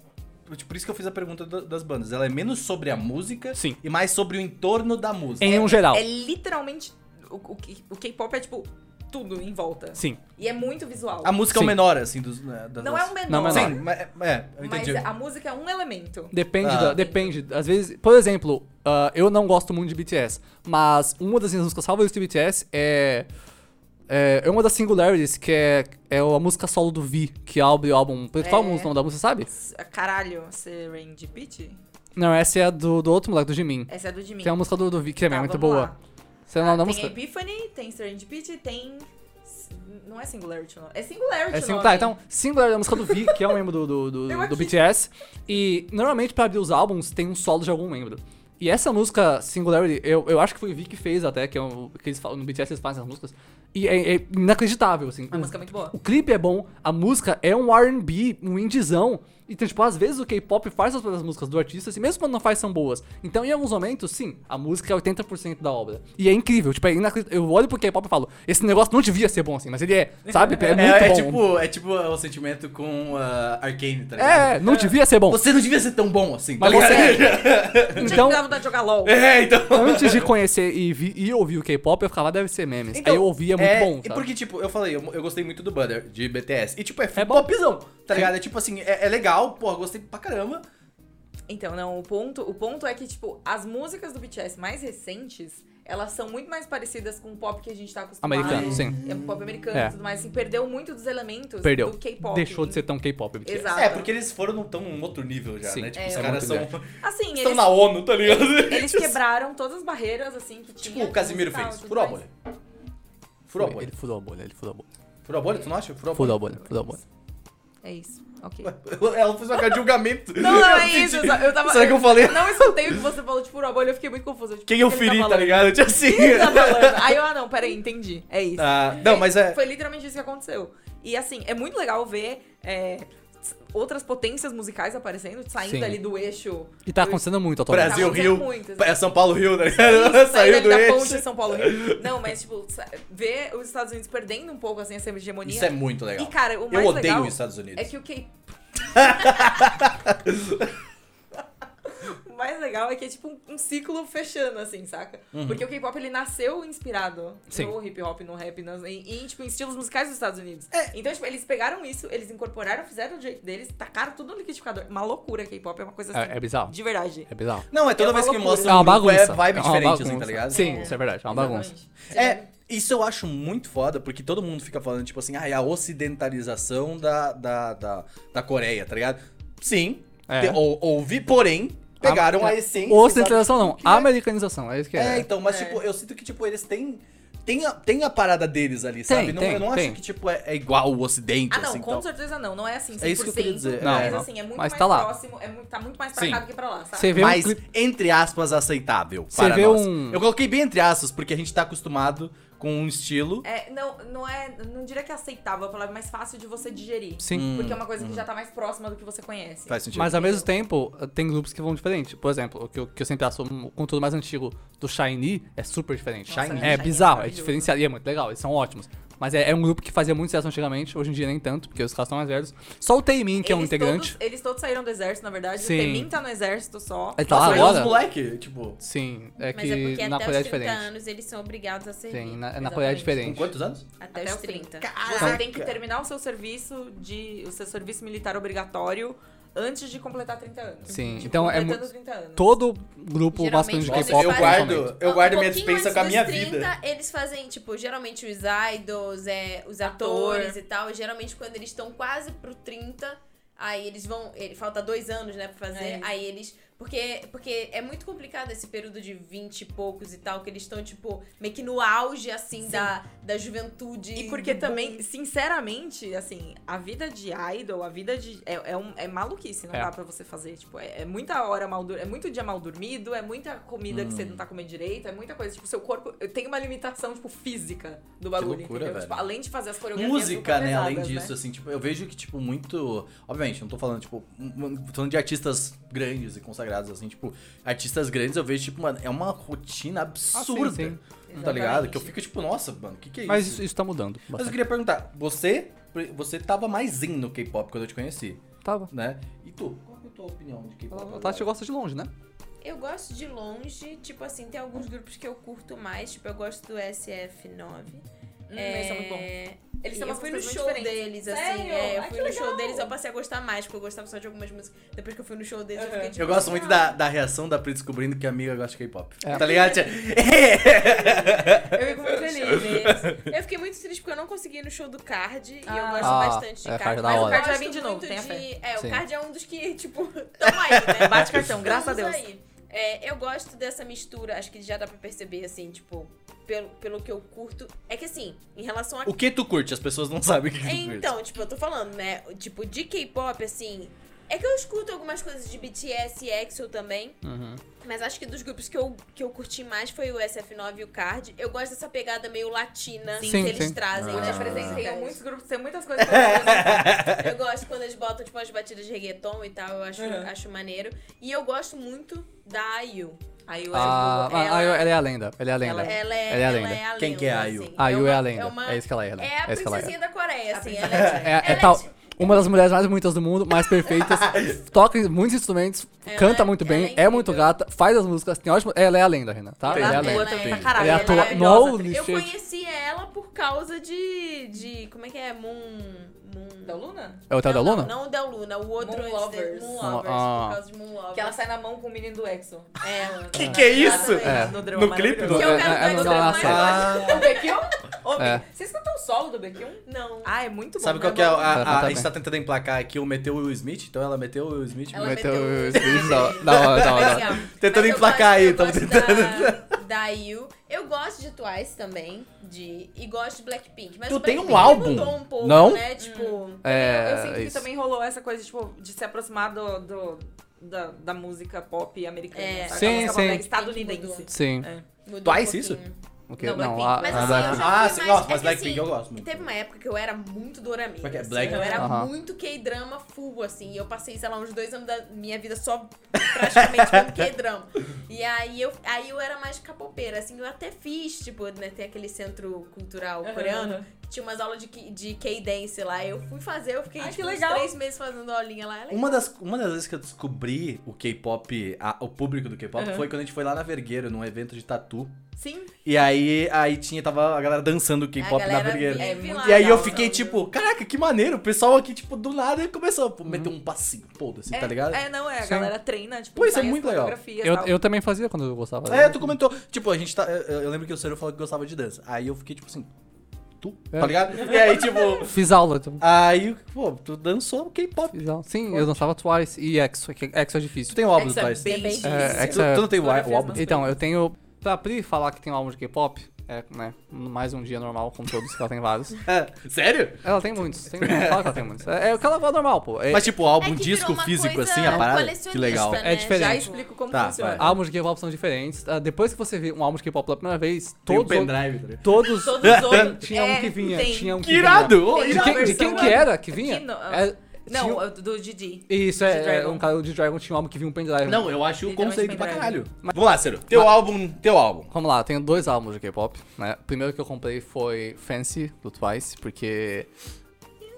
A: tipo, Por isso que eu fiz a pergunta do- das bandas. Ela é menos sobre a música
D: Sim.
A: e mais sobre o entorno da música.
D: Em um geral.
B: É literalmente... O, o, K- o K-pop é, tipo, tudo em volta.
D: Sim.
B: E é muito visual.
A: A música é o
D: Sim.
A: menor, assim, dos. né, das-
B: Não é um menor.
D: Não, mas
A: Sim, mas, é, é, eu
B: Mas
A: entendi.
B: a música é um elemento.
D: Depende,
A: Ah.
D: da- depende. Às vezes, por exemplo, ah, eu não gosto muito de BTS, mas uma das minhas músicas favoritas de BTS é é é uma das Singularities, que é, é a música solo do V, que abre o álbum. Qual
B: É.
D: é. o nome da música, sabe?
B: Caralho, você Range Beat?
D: Não, essa é a do, do outro moleque, do Jimin.
B: Essa é do Jimmy.
D: Que é uma música do, do V, que também é
B: Tá,
D: muito
B: vamos
D: boa.
B: lá. Ah,
D: Você é o nome da
B: tem
D: música?
B: Epiphany, tem Strange Beat, tem. Não é Singularity, não. É Singularity,
D: É
B: o
D: sing...
B: nome.
D: Tá, então, Singular é a música do V, que é um membro do, do, do,
B: Eu
D: do
B: aqui.
D: BTS. E normalmente pra abrir os álbuns tem um solo de algum membro. E essa música, Singularity, eu, eu acho que foi o V que fez até, que, é o, que eles falam, no BTS eles fazem as músicas. E é, é inacreditável, assim.
B: A
D: O-
B: música é muito boa.
D: O clipe é bom, a música é um RB, um indizão. Então, tipo, às vezes o K-pop faz as próprias músicas do artista, assim, mesmo quando não faz, são boas. Então, em alguns momentos, sim, a música é 80% da obra. E é incrível, tipo, é inacreditável. Eu olho pro K-pop e falo, esse negócio não devia ser bom assim, mas ele é, sabe? É muito
A: é,
D: bom.
A: tipo, é tipo o sentimento com ah, Arcane, tá ligado?
D: É, não devia ser bom.
A: Você não devia ser tão bom assim, tá
D: Mas você
A: ligado?
B: Então,
D: Então,
B: dá vontade de jogar LOL.
A: É, então.
D: antes de conhecer e, vi- e ouvir o K-pop, eu ficava, "Ah, deve ser memes.
A: Então,
D: Aí eu ouvia, é muito
A: é,
D: bom,
A: E
D: sabe?
A: porque, tipo, eu falei, eu, eu gostei muito do Butter, de BTS. E, tipo, é,
D: É bom.
A: popzão, tá ligado? É tipo assim, é, é legal, porra, gostei pra caramba.
B: Então, não, o ponto, o ponto é que, tipo, as músicas do BTS mais recentes, elas são muito mais parecidas com o pop que a gente tá acostumado.
A: Ah,
D: Americano, sim.
B: É um pop americano
D: É.
B: e tudo mais. Assim, perdeu muito dos elementos
D: Perdeu.
B: do K-pop.
D: Deixou de ser tão K-pop. BTS.
B: Exato.
A: É, porque eles foram num tão um outro nível já,
D: Sim.
A: né? Tipo,
D: É,
A: os
D: é
A: caras
D: muito
A: são,
D: grande.
B: Assim,
A: estão
B: eles,
A: na ONU, tá ligado?
B: eles quebraram todas as barreiras, assim, que tinha.
A: Tipo, o Casimiro
B: musical e
A: fez.
B: tudo
A: Furou a
B: mais.
A: bolha. Furou a bolha.
D: Ele furou a bolha, ele furou a bolha.
A: Furou a bolha, tu não acha? Furou a
D: Furou
A: bolha.
D: a bolha, furou a bolha.
B: É isso, ok.
A: Ela fez uma cara de julgamento.
B: Não, não é
A: Eu
B: isso.
A: senti-
B: Eu só- eu tava,
A: Será que eu falei?
B: Não escutei o que você falou de furou a bolha, eu fiquei muito confusa. Tipo,
A: Quem
B: o
A: eu
B: que ele
A: feri, tá
B: falando?
A: ligado? Tipo
B: O que ele tá
A: assim.
B: falando? Aí eu, ah, não, peraí, entendi. É isso.
A: Ah, Não, mas é.
B: Foi literalmente isso que aconteceu. E assim, é muito legal ver é, s- outras potências musicais aparecendo, saindo
D: Sim.
B: ali do eixo.
D: E tá acontecendo muito atualmente.
A: Brasil,
B: acontecendo
A: Rio.
B: muito, assim.
A: É São Paulo, Rio, né?
B: Isso,
A: Saiu é
B: saindo
A: do
B: ali da ponte
A: eixo.
B: de São Paulo. Rio. Não, mas tipo, sa- ver os Estados Unidos perdendo um pouco assim essa hegemonia.
A: Isso é muito legal.
B: E cara, o mais
A: Eu odeio
B: legal
A: os É Estados Unidos.
B: é que o K... mais legal é que é tipo um, um ciclo fechando, assim, saca?
A: Uhum.
B: Porque o K-pop ele nasceu inspirado
D: Sim.
B: no hip hop, no rap, nas, em, em, tipo, em estilos musicais dos Estados Unidos.
A: É.
B: Então, tipo, eles pegaram isso, eles incorporaram, fizeram do jeito deles, tacaram tudo no liquidificador. Uma loucura K-pop, é uma coisa assim.
D: É, é bizarro.
B: De verdade.
D: É bizarro.
A: Não, é toda
B: É uma
A: vez que
B: loucura.
A: mostra
D: É uma
A: um grupo,
D: bagunça.
A: é vibe
D: É uma
A: diferente, assim,
D: bagunça.
A: tá ligado?
D: Sim, isso é verdade. É uma bagunça.
B: Exatamente.
A: É, isso eu acho muito foda, porque todo mundo fica falando, tipo assim, ah, é a ocidentalização da, da, da, da Coreia, tá ligado? Sim,
D: É.
A: te- ou, ouvi, porém, pegaram a, essência.
D: Ocidentalização não,
A: Que é-
D: americanização. É isso que
A: É,
D: é.
A: então, mas
B: É.
A: tipo, eu sinto que, tipo, eles têm. Tem a, tem a parada deles ali, sabe? Não-
D: tem,
A: eu não
D: tem.
A: acho que, tipo, é, é igual o Ocidente,
B: Ah, não,
A: assim,
B: com
A: tal.
B: certeza não. Não é assim, 100%.
A: É isso que eu queria dizer,
D: Não,
B: mas
D: não.
B: assim, é muito
D: Mas
B: mais
D: tá lá.
B: próximo, é muito, tá muito mais pra
A: Sim.
B: cá do que pra lá, sabe?
D: Você vê um
A: Mas,
D: clipe.
A: entre aspas, aceitável
D: Você
A: para
D: vê
A: nós.
D: um-
A: Eu coloquei bem entre aspas, porque a gente tá acostumado com um estilo.
B: É, não, não é. Não diria que é aceitável, é a palavra mais fácil de você digerir.
D: Sim.
B: Porque é uma
D: hum.
B: coisa que já tá mais próxima do que você conhece.
A: Faz sentido.
D: Mas ao mesmo tempo, tem grupos que vão diferente. Por exemplo, o que eu, que eu sempre acho o conteúdo mais antigo do Shiny é super diferente.
A: Nossa, Shiny.
D: É
B: Shiny é
D: bizarro, é
B: maravilhoso.
D: diferenciado e é muito legal, eles são ótimos. Mas é, é um grupo que fazia muito sucesso antigamente, hoje em dia nem tanto, porque os caras estão mais velhos. Só o Taemin, que é um integrante.
B: Todos, eles todos saíram do exército, na verdade.
D: Sim.
B: O Temin tá no exército só.
D: Ele tá lá
A: Nossa, mas
D: agora?
A: os moleque, tipo,
D: Sim, é
E: Mas é
D: que
E: porque
D: na
E: até
D: Coreia é
E: os 30
D: diferente.
E: anos eles são obrigados a servir.
D: Sim, na, na Coreia é
E: Exatamente.
A: com
D: diferente.
A: quantos anos?
E: Até, os 30.
B: Você tem que terminar o seu serviço de. o seu serviço militar obrigatório antes de completar 30 anos.
D: Sim,
B: Tipo,
D: então é
B: completando
D: muito-
B: 30 anos.
D: Todo grupo
E: Geralmente
D: masculino de
E: vocês
D: K-pop.
A: eu
E: fazem-
A: guardo,
D: principalmente.
A: eu
E: Um
A: guardo minha
E: pouquinho
A: dispensa
E: antes
A: com a
E: dos
A: minha
E: 30,
A: vida.
E: Eles fazem, tipo, geralmente os idols, é, os
B: Ator.
E: atores e tal. Geralmente quando eles estão quase pro 30, aí eles vão. Ele, falta dois anos, né, pra fazer.
B: É.
E: Aí eles. Porque, porque é muito complicado esse período de 20 e poucos e tal, que eles estão, tipo, meio que no auge, assim, da, da juventude.
B: E porque também, sinceramente, assim, a vida de idol, a vida de. É, é, um- é maluquice, não
D: É.
B: dá pra você fazer. Tipo, é, é muita hora mal dormida. É muito dia mal dormido, é muita comida que você
A: Hum.
B: não tá comendo direito, é muita coisa. Tipo, seu corpo tem uma limitação, tipo, física do bagulho.
A: loucura,
B: entendeu?
A: velho.
B: Tipo, além de fazer as coreografias.
A: Música,
B: super
A: né?
B: pesadas,
A: Além disso, assim, tipo, eu vejo que, tipo, muito. Obviamente, não tô falando, tipo, um- um- tô falando de artistas grandes e consagrados, assim, tipo, artistas grandes, eu vejo, tipo, mano, é uma rotina absurda.
D: Ah, sim.
A: Tá ligado?
B: Exatamente.
A: Que eu fico, tipo, nossa, mano, o que, que é
D: Mas
A: isso?
D: isso, isso tá mudando.
A: Mas eu
D: bastante.
A: queria perguntar, você. Você tava mais in no K-pop quando eu te conheci,
D: Tava.
A: né? E tu, qual que é a tua opinião de K-pop?
D: A Tati
A: agora?
D: gosta de longe, né?
E: Eu gosto de longe, tipo assim, tem alguns grupos que eu curto mais, tipo, eu gosto do SF9.
B: Hum, esse é muito bom. Eles
E: Eles
B: têm
E: eu
B: umas
E: fui no
B: músicas
E: show
B: muito
E: deles,
B: diferentes. Sério?
E: assim. É, eu
B: Ai,
E: fui
B: que
E: no show
B: legal.
E: deles, eu passei a gostar mais, porque eu gostava só de algumas músicas. Depois que eu fui no show deles, eu
B: Uhum.
E: fiquei tipo.
A: Eu gosto muito da, da reação da Pri descobrindo que a amiga gosta de K-pop.
D: É.
A: Tá ligado? Tia?
E: Eu fico muito feliz deles. Eu fiquei muito triste porque eu não consegui ir no show do Card. E eu
B: Ah.
E: gosto
D: Ah,
E: bastante de
D: é,
E: Card.
D: Card é da
E: mas
D: hora.
E: eu
B: Card vai
E: gosto
B: vir de novo,
E: muito
B: tenha fé.
E: de- É, o
D: Sim.
E: Card é um dos que, tipo, tamo aí, né?
B: Bate cartão, graças a Deus.
E: Estamos aí. É, eu gosto dessa mistura, acho que já dá pra perceber, assim, tipo, pelo, pelo que eu curto. É que assim, em relação a
A: O que tu curte? As pessoas não sabem o que tu curte.
E: Então, tipo, eu tô falando, né? Tipo, de K-pop, assim. É que eu escuto algumas coisas de BTS e EXO também.
D: Uhum.
E: Mas acho que dos grupos que eu, que eu curti mais foi o SF9 e o Card. Eu gosto dessa pegada meio latina
D: Sim,
E: que
D: sim,
E: eles
D: sim.
E: trazem.
A: Ah.
E: né?
B: Eles
E: Por exemplo, tem
B: apresentam
E: alguns-
B: muitos grupos, tem muitas coisas pra fazer. né?
E: eu gosto quando eles botam, tipo, as batidas de reggaeton e tal. Eu acho,
B: Uhum.
E: acho maneiro. E eu gosto muito da IU.
B: Aí o
D: Ah,
B: Eric
D: ah,
E: ela- é
D: ah, ela é a lenda. Ela é a lenda.
E: Ela é, ela é,
D: Ela é a lenda.
E: a
A: Quem que é a IU?
E: assim.
D: A IU é a
E: uma-
D: lenda.
E: uma-
D: É isso que ela é, né?
E: É a
D: É isso que ela é.
E: princesinha da Coreia, assim.
B: A
E: Ela
B: princesa-
E: é,
D: É, é
E: ela
D: tal.
E: tipo-
D: Uma das mulheres mais bonitas do mundo, mais perfeitas, toca em muitos instrumentos,
E: Ela
D: canta
E: é-
D: muito
E: ela é
D: bem, é,
E: incrível.
D: muito gata, faz as músicas, tem ótimo. Ela é a lenda, Renan, tá?
A: Ela
D: Ela é a
B: atua
D: lenda.
B: também
E: Ela
B: pra caralho,
D: Ela
B: ela é
D: atua
B: maravilhosa.
D: no
E: Eu
D: lixo.
E: conheci ela por causa de. de como é que é? Moon. Moon.
B: da Luna?
D: É o
A: Tá,
D: hotel da
E: Não, não,
D: Luna?
E: Não, o da Luna, o outro
B: Moon
E: antes dele,
B: Lovers.
E: Moon
D: Ah,
E: Lovers,
D: ah.
E: por causa de Moon Lovers.
B: Que ela sai na mão com o menino do EXO.
E: É,
A: Que que é isso?
D: É.
B: No, drama, né?
A: No clipe
B: maravilhoso.
E: Que eu quero
D: É, é,
E: mais
D: não,
E: drama,
D: ela
E: mas
D: sai.
A: Ah,
B: O Baekhyun? Ô,
D: É.
B: Mi, Vocês cantam o solo do Baekhyun?
E: Não.
B: Ah, é muito bom.
A: Sabe
B: né?
A: qual que é? A,
B: Vamos-
A: a-
D: Tá, tá
A: a gente
D: bem.
A: tá tentando emplacar aqui o meteu o Will Smith, então ela meteu o Will Smith.
E: Ela
A: mas-
D: Meteu
E: meteu
D: os
E: o-
D: vídeos da- da hora, da hora.
E: Legal.
A: Ah, tá. Tentando
E: Mas eu
A: emplacar
E: gosto-
A: aí,
E: eu
A: tamo
E: gosto
A: tentando.
E: Da, da IU. Eu gosto de Twice também, de, e gosto de Blackpink. Mas
A: Tu
E: o
A: tem um
E: Blackpink
A: álbum?
E: mudou um pouco,
A: Não? Hum.
E: né? Tipo,
B: Eu
D: É,
B: sinto que
D: isso.
B: também rolou essa coisa, tipo, de se aproximar do, do- da, da música pop americana.
E: É.
B: sabe?
D: Sim,
B: A música pop
D: sim.
B: Estadunidense.
D: Sim.
E: mudou
A: Twice,
E: um
A: isso?
E: pouquinho.
D: O quê?
E: Não,
D: Não,
E: Blackpink,
D: a-
E: mas
D: a
E: assim,
D: da-
E: eu já-
A: Ah,
E: vi
A: sim,
E: mais-
A: nossa,
E: é
A: mas
E: que
A: Blackpink
E: assim,
A: eu gosto muito.
E: Teve uma época que eu era muito dorameira.
A: Como é que é?
E: assim,
A: Black-
E: eu era
D: Aham.
E: muito K-drama full, assim. E eu passei, sei lá, uns dois anos da minha vida só praticamente com K-drama. E aí eu, aí eu era mais capopeira, assim. Eu até fiz, tipo, né, tem aquele centro cultural
B: Aham,
E: coreano.
B: aham.
E: que Tinha umas aulas de, ki- de K-dance lá. Eu fui fazer, eu fiquei
B: Ai, que
E: tipo, uns
B: legal.
E: três meses fazendo aulinha lá. É legal.
A: Uma das, uma das vezes que eu descobri o K-pop, a- o público do K-pop,
B: Aham.
A: foi quando a gente foi lá na Vergueiro, num evento de tatu.
B: Sim.
A: E aí, aí tinha, tava a galera dançando o K-pop
E: A
A: na
E: galera
A: Vergueiro.
E: vive
B: É,
E: lá,
A: E aí eu
E: dançando.
A: fiquei tipo, caraca, que maneiro. O pessoal aqui, tipo, do nada começou a meter um passinho, foda assim,
B: é,
A: tá ligado? É,
B: É, não, é. A
D: Sim.
B: galera treina, tipo,
A: Pô, isso é
B: sai as
A: muito legal.
B: fotografias e
D: Eu,
B: tal.
D: eu também fazia quando eu gostava.
A: É, tu comentou, tipo, a gente tá. Eu, eu lembro que o Ciro falou que gostava de dança. Aí eu fiquei, tipo assim, tu?
D: É.
A: Tá ligado? E aí, tipo.
D: Fiz aula, então.
A: Aí, pô, tu dançou K-pop.
D: Fiz aula. Sim, eu dançava Twice e EXO. é que EXO é
A: Tu
D: difícil.
A: tem o álbum do
B: Essa é
A: Twice.
B: bem
E: É,
B: difícil.
D: é,
A: Tu, tu não tem o, á- o
B: Fotografias
A: álbum?
B: nas
D: Então, eu tenho. Pra Pri falar que tem um álbum de K-pop, é, né? Mais um dia normal, como todos, que ela tem vários.
A: É. Sério?
D: Ela tem muitos, tem muitos. Fala que ela tem muitos. É, é o que ela gosta normal, pô. É,
A: Mas, tipo, álbum,
E: É que
A: disco
E: virou uma
A: físico,
E: coisa
A: assim, a parada. Que
E: colecionista,
A: legal.
E: né?
D: É diferente. Ah,
B: Já
E: Já
B: explico como
A: Tá,
B: funciona.
A: vai.
D: álbuns de K-pop são diferentes. Ah, Depois que você vê um álbum de K-pop pela primeira vez,
A: Tem um
D: todos.
A: pendrive, tá ligado?
D: todos.
B: Todos os outros.
D: Tinha um
B: É,
D: que vinha.
B: tem.
D: Tinha um que
A: Que irado!
D: vinha.
A: Ô,
B: Tem
D: De
B: uma
A: irado!
D: quem, de
B: versão
D: quem que
B: lá-
D: era que vinha?
B: Que no-
D: É, tinha
B: Não,
D: um-
B: é do- do Didi.
D: Isso,
B: de
D: é, é,
B: Dragon.
D: um cara de Dragon tinha um álbum que vinha um pendrive.
A: Não, eu acho o
B: Literalmente
A: conceito pra
B: pendrive.
A: caralho. Vamos lá, Ciro. Teu álbum, teu álbum.
D: Vamos lá, eu tenho dois álbuns de K-pop, né? O primeiro que eu comprei foi Fancy, do Twice, porque...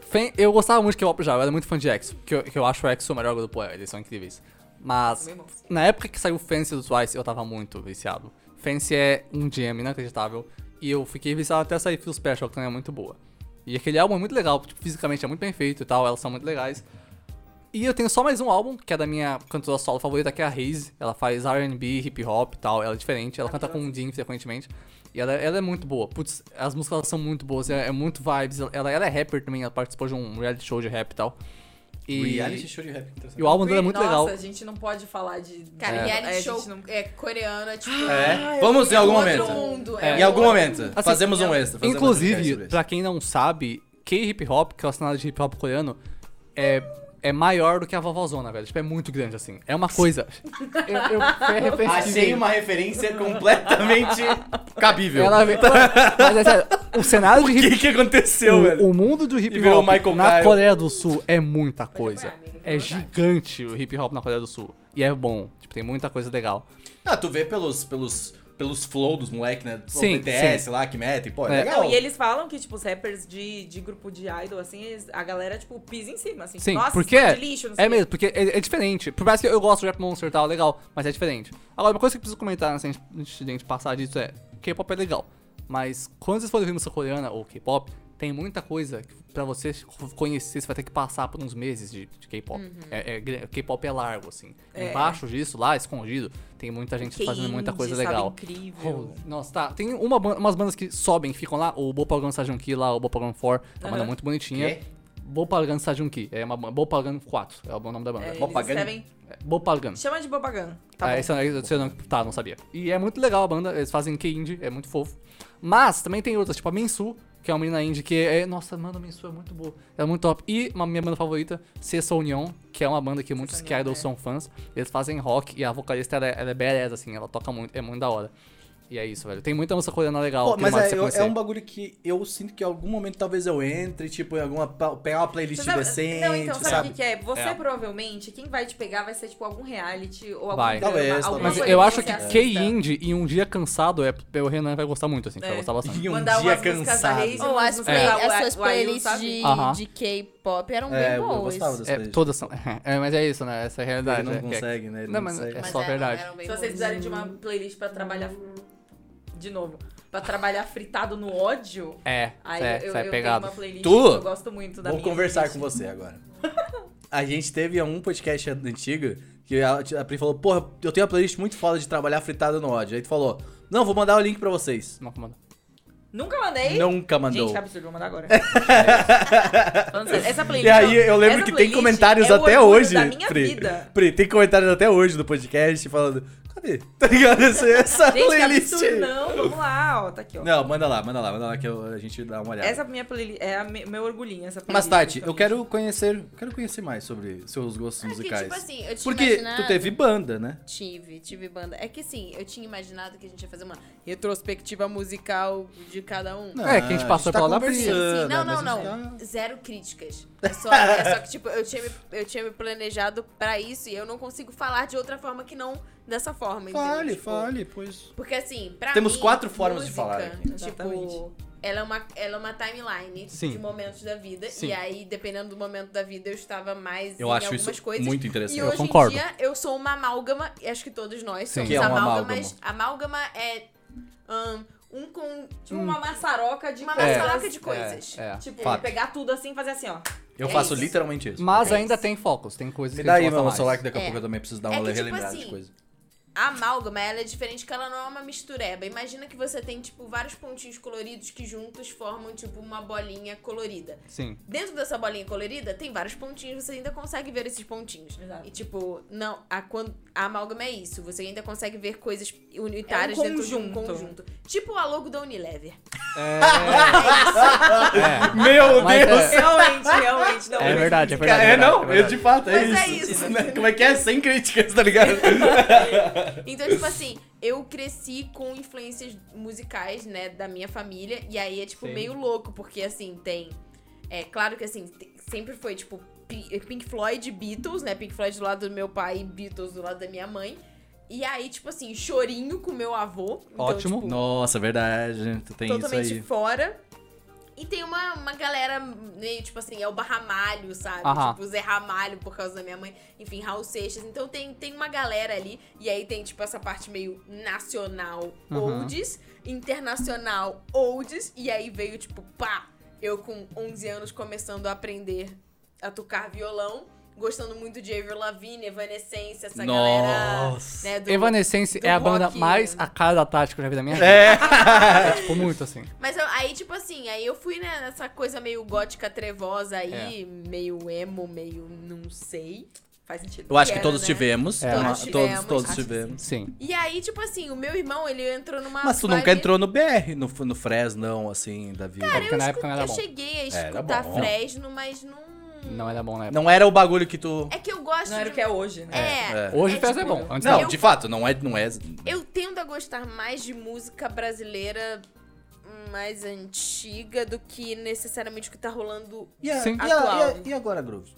D: Fan- Eu gostava muito de K-pop já, eu era muito fã de EXO, que eu, que eu acho o EXO o melhor grupo, é, eles são incríveis. Mas,
B: Bem bons.
D: na época que saiu Fancy do Twice, eu tava muito viciado. Fancy é um jam inacreditável, e eu fiquei viciado até sair Feel Special, que também é muito boa. E aquele álbum é muito legal, tipo, fisicamente é muito bem feito e tal, elas são muito legais. E eu tenho só mais um álbum, que é da minha cantora solo favorita, que é a Haze. Ela faz R&B, hip hop e tal, ela é diferente, ela canta com o Dean frequentemente. E ela, ela é muito boa. Putz, as músicas dela são muito boas, é, é muito vibes. Ela, ela é rapper também, ela participou de um reality show de rap e tal. E,
A: Reality show de rap. então, interessante.
D: e o álbum dela é muito
B: Nossa,
D: legal.
B: a gente não pode falar de...
E: Cara,
B: é.
E: reality
B: É, a gente
E: show
B: não-
E: é, coreano, é tipo.
A: É. Vamos em algum
E: outro
A: momento.
E: mundo,
D: É.
E: é
A: Em algum
E: outro-
A: momento.
D: Assim,
A: Fazemos um
E: eu-
A: extra. fazemos um podcast sobre
D: Inclusive,
A: isso.
D: pra quem não sabe, K-hip hop, que é o cenário de hip hop coreano, é, é maior do que a vovózona, velho. Tipo, é muito grande assim. É uma coisa. eu, eu, foi a referência que
A: Achei
D: veio.
A: uma referência completamente cabível.
D: Ela veio- Mas é sério, o cenário de
A: O
D: hip
A: que, que aconteceu,
D: o,
A: velho?
D: o mundo do hip
A: E virou
D: hop
A: Michael
D: na
A: Kyle.
D: Coreia do Sul é muita coisa.
E: parar, amigo,
D: É gigante o hip hop na Coreia do Sul. E é bom. Tipo, tem muita coisa legal.
A: Ah, tu vê pelos, pelos, pelos flow dos moleques, né?
D: Sim,
A: o BTS lá que metem, pô, é,
D: É.
A: legal.
B: Não, e eles falam que, tipo, os rappers de, de grupo de idol, assim, eles- a galera, tipo, pisa em cima, assim.
D: Sim,
B: Nossa,
D: porque
B: isso é
D: é,
B: de lixo, não sei
D: é
B: o quê.
D: mesmo, porque é, é diferente. Por mais que eu gosto do Rap Monster e tal, legal, mas é diferente. Agora, uma coisa que eu preciso comentar antes da gente- antes de a gente passar disso é: K-pop é legal, mas quando vocês forem ouvir música coreana ou K-pop, tem muita coisa que pra você conhecer, você vai ter que passar por uns meses de, de K-pop.
B: Uhum.
D: É, é gran- K-pop é largo, assim. Embaixo disso, lá, escondido, tem muita gente
B: Que
D: fazendo muita
B: indie,
D: coisa
B: sabe,
D: legal.
B: incrível.
D: Oh, Nossa, tá. Tem uma, ban- umas bandas que sobem, ficam lá. O Bopagan Sajunki lá, o Bopagan 4. É uma banda
B: Aham.
D: muito bonitinha.
A: Quê?
D: Bopagan Sajunki. É uma ban- Bopagan 4. É o nome da banda.
B: É, eles
A: Propaganda.
B: escrevem-
D: É, Bopagan.
B: Chama de Bobagan, tá
D: Ah,
B: bom.
D: esse é o seu nome. Tá, não sabia. E é muito legal a banda. Eles fazem K-Indie. É muito fofo. Mas também tem outras, tipo a Minsu. Que é uma menina indie que é. Nossa, mano, a Minsu é muito boa. É muito top. E uma minha banda favorita, Cessa Union, que é uma banda que muitos que
B: Union,
D: idols
B: é.
D: são fãs. Eles fazem rock e a vocalista ela é, ela é badass, assim, ela toca muito, é muito da hora. E é isso, velho. Tem muita música coreana legal.
A: Pô,
D: que
A: mas
D: vale
A: é,
D: você
A: eu-
D: conhecer.
A: é um bagulho que eu sinto que em algum momento talvez eu entre, tipo, em alguma. pa- pegar uma playlist
B: Você sabe-
A: decente,
B: não, então, sabe,
A: sabe?
B: o que, que é? Você
D: É.
B: provavelmente, quem vai te pegar vai ser, tipo, algum reality ou algum
D: Vai.
B: programa,
A: Talvez,
B: alguma
D: Mas
A: Uma
B: coisa
D: eu acho
B: você
D: que
B: assista.
D: K-Indie e um dia cansado é. O Renan vai gostar muito, assim.
B: É.
D: Vai gostar bastante.
A: E um
B: Mandar
A: dia
B: umas músicas da
A: cansado.
B: Reis e
E: Ou
B: umas
E: as,
B: músicas
E: play-
B: da
E: as
B: Wa-
E: suas
B: Wa- Wa- Iu,
E: playlists
B: sabe?
E: de,
D: Aham.
E: de K-pop eram
A: É,
E: bem
A: eu
E: boas.
A: gostava dessa
D: É,
A: playlist.
D: todas são. É, mas é isso, né? Essa é a realidade.
A: Ele
D: né?
A: não
D: Que é-
A: consegue, né? Ele
D: Não,
A: não,
D: mas
A: consegue.
D: é
E: Mas
D: só
E: eram-
D: verdade.
E: eram bem
B: Se vocês
E: boas.
B: precisarem de uma playlist pra trabalhar... De novo. Pra trabalhar fritado no ódio...
D: É,
B: Aí
D: é,
B: eu, eu
D: é
B: tenho
D: pegado.
B: uma playlist
A: Tu?
B: que eu gosto muito da
A: Vou
B: minha
A: conversar
B: playlist.
A: com você agora. A gente teve um podcast antigo que a, a Pri falou, porra, eu tenho uma playlist muito foda de trabalhar fritada no ódio. Aí tu falou, não, vou mandar o link pra vocês.
D: Não comanda.
B: Nunca mandei.
A: Nunca mandou.
B: Gente, que absurdo, vou mandar agora. Falando sério, essa playlist.
A: E aí eu lembro
B: essa
A: que tem
B: playlist
A: comentários
B: é o
A: até
B: orgulho
A: hoje,
B: Da minha
A: Pri.
B: vida.
A: Pri, tem comentários até hoje do podcast falando, cadê? Tá ligado? Essa, essa
E: é
B: Gente, que
A: playlist.
B: absurdo, não. Vamos lá, ó. Tá aqui, ó.
A: Não, manda lá, manda lá, manda lá que eu- a gente dá uma olhada.
B: Essa minha playlist é a me- meu orgulhinho, essa playlist.
A: Mas Tati, eu
B: basicamente.
A: quero conhecer, eu quero conhecer mais sobre seus gostos
E: É que,
A: musicais.
E: tipo assim, eu tinha
A: Porque
E: imaginado-
A: tu teve banda, né?
E: Tive, tive banda. É que assim, eu tinha imaginado que a gente ia fazer uma retrospectiva musical de cada um.
D: É, que a gente passou
A: tá
D: pela da Pri.
E: Sim,
A: conversando,
E: sim. Não, não,
A: mas a
E: não.
A: gente
E: Zero críticas. É só, é só que, tipo, eu tinha, me, eu tinha me planejado pra isso e eu não consigo falar de outra forma que não dessa forma.
A: Fale,
E: entendeu? Tipo,
A: fale, pois.
E: Porque assim, pra
A: Temos
E: mim,
A: quatro formas de
E: música,
A: falar aqui.
E: Tipo,
B: Exatamente.
E: Ela é uma, ela é uma timeline
D: Sim.
E: de momentos da vida.
D: Sim.
E: E aí, dependendo do momento da vida, eu estava mais
A: Eu
E: em
A: acho
E: algumas
A: isso
E: coisas.
A: muito
E: E
A: interessante.
E: hoje
D: concordo.
E: em dia eu sou uma amálgama, e acho que todos nós
D: Sim.
E: somos
A: Que é uma
E: amálgamas. Amálgama é ahn, um, com.
B: Tipo uma
A: Hum.
B: maçaroca de
E: Uma
D: É,
E: maçaroca de
D: é,
E: coisas.
D: é.
B: Tipo,
A: Fato.
B: pegar tudo assim e fazer assim, ó.
A: Eu
E: É
A: faço
E: isso.
A: literalmente isso.
D: Mas
E: É
D: ainda
E: isso.
D: tem focos, tem coisas
A: Me
D: que
A: dá
D: ele
A: aí
D: gosta
A: meu
D: mais.
A: celular que daqui a
E: É.
A: pouco eu também preciso dar
E: É
A: uma
E: que, tipo
A: relembrada de
E: assim,
A: coisa.
E: A amálgama, ela é diferente que ela não é uma mistureba. Imagina que você tem, tipo, vários pontinhos coloridos que juntos formam, tipo, uma bolinha colorida.
D: Sim.
E: Dentro dessa bolinha colorida, tem vários pontinhos, você ainda consegue ver esses pontinhos.
B: Exato.
E: E, tipo, não, a, quan- a amálgama é isso. Você ainda consegue ver coisas
B: É
E: unitárias
B: um
E: dentro de um
B: conjunto.
E: conjunto. Tipo a logo da Unilever.
D: É,
A: Meu
D: Mas Deus!
B: Realmente, realmente, não.
D: é verdade, é verdade.
A: É, não,
D: é verdade.
A: de fato, é
E: Mas é
A: isso.
E: isso.
A: né? Como é que é? Sem críticas, tá ligado?
E: Então, tipo assim, eu cresci com influências musicais, né, da minha família. E aí é, tipo,
D: Sim.
E: meio louco, porque, assim, tem. É claro que, assim, te- sempre foi, tipo, Pi- Pink Floyd e Beatles, né? Pink Floyd do lado do meu pai e Beatles do lado da minha mãe. E aí, tipo assim, chorinho com meu avô. Então,
D: Ótimo.
E: tipo,
A: Nossa, verdade. Tu tem
E: totalmente
A: isso aí.
E: fora. E tem uma, uma galera meio, tipo assim, é o Barramalho, sabe?
D: Aham.
E: Tipo, Zé Ramalho por causa da minha mãe. Enfim, Raul Seixas. Então tem, tem uma galera ali. E aí tem, tipo, essa parte meio nacional
D: Aham.
E: olds, internacional olds. E aí veio, tipo, pá! Eu com 11 anos começando a aprender a tocar violão. Gostando muito de Avril Lavigne, Evanescence, essa galera...
A: Nossa.
E: Né, do-
D: Evanescence
E: do
D: é a banda
E: rock-
D: mais a cara da Tati que eu já vi da minha vida.
A: É.
D: É, tipo, muito assim.
E: Mas eu- aí, tipo assim, aí eu fui né, nessa coisa meio gótica trevosa aí, meio emo, meio não sei.
B: Faz sentido.
A: Eu acho que
E: Quero,
A: todos
E: né?
A: tivemos.
D: É.
A: Uma-
E: Todos
A: Todos,
E: tivemos,
A: todos
E: acho que
A: tivemos.
D: Sim.
E: E aí, tipo assim, o meu irmão, ele entrou numa.
A: Mas tu
E: vibe-
A: nunca entrou no BR, no, no Fresnão, assim, da vida.
D: Porque
E: Eu,
D: na
E: escu-
D: época não era
E: eu
D: bom.
E: cheguei a
A: Era
E: escutar
A: bom.
E: Fresno, mas não.
D: Não era bom na época.
A: Não era o bagulho que tu...
E: É que eu gosto.
B: Não era o
E: de-
B: que é hoje, né?
E: É.
A: É.
D: Hoje o
E: é,
D: Fresno é
E: tipo,
D: bom. Antes
A: Não,
D: era.
A: de fato, não é... Não é...
E: Eu tendo a gostar mais de música brasileira mais antiga do que necessariamente o que tá rolando
A: E, a-
D: Sim.
A: e a-
E: Atual.
A: e a- e agora, Groove?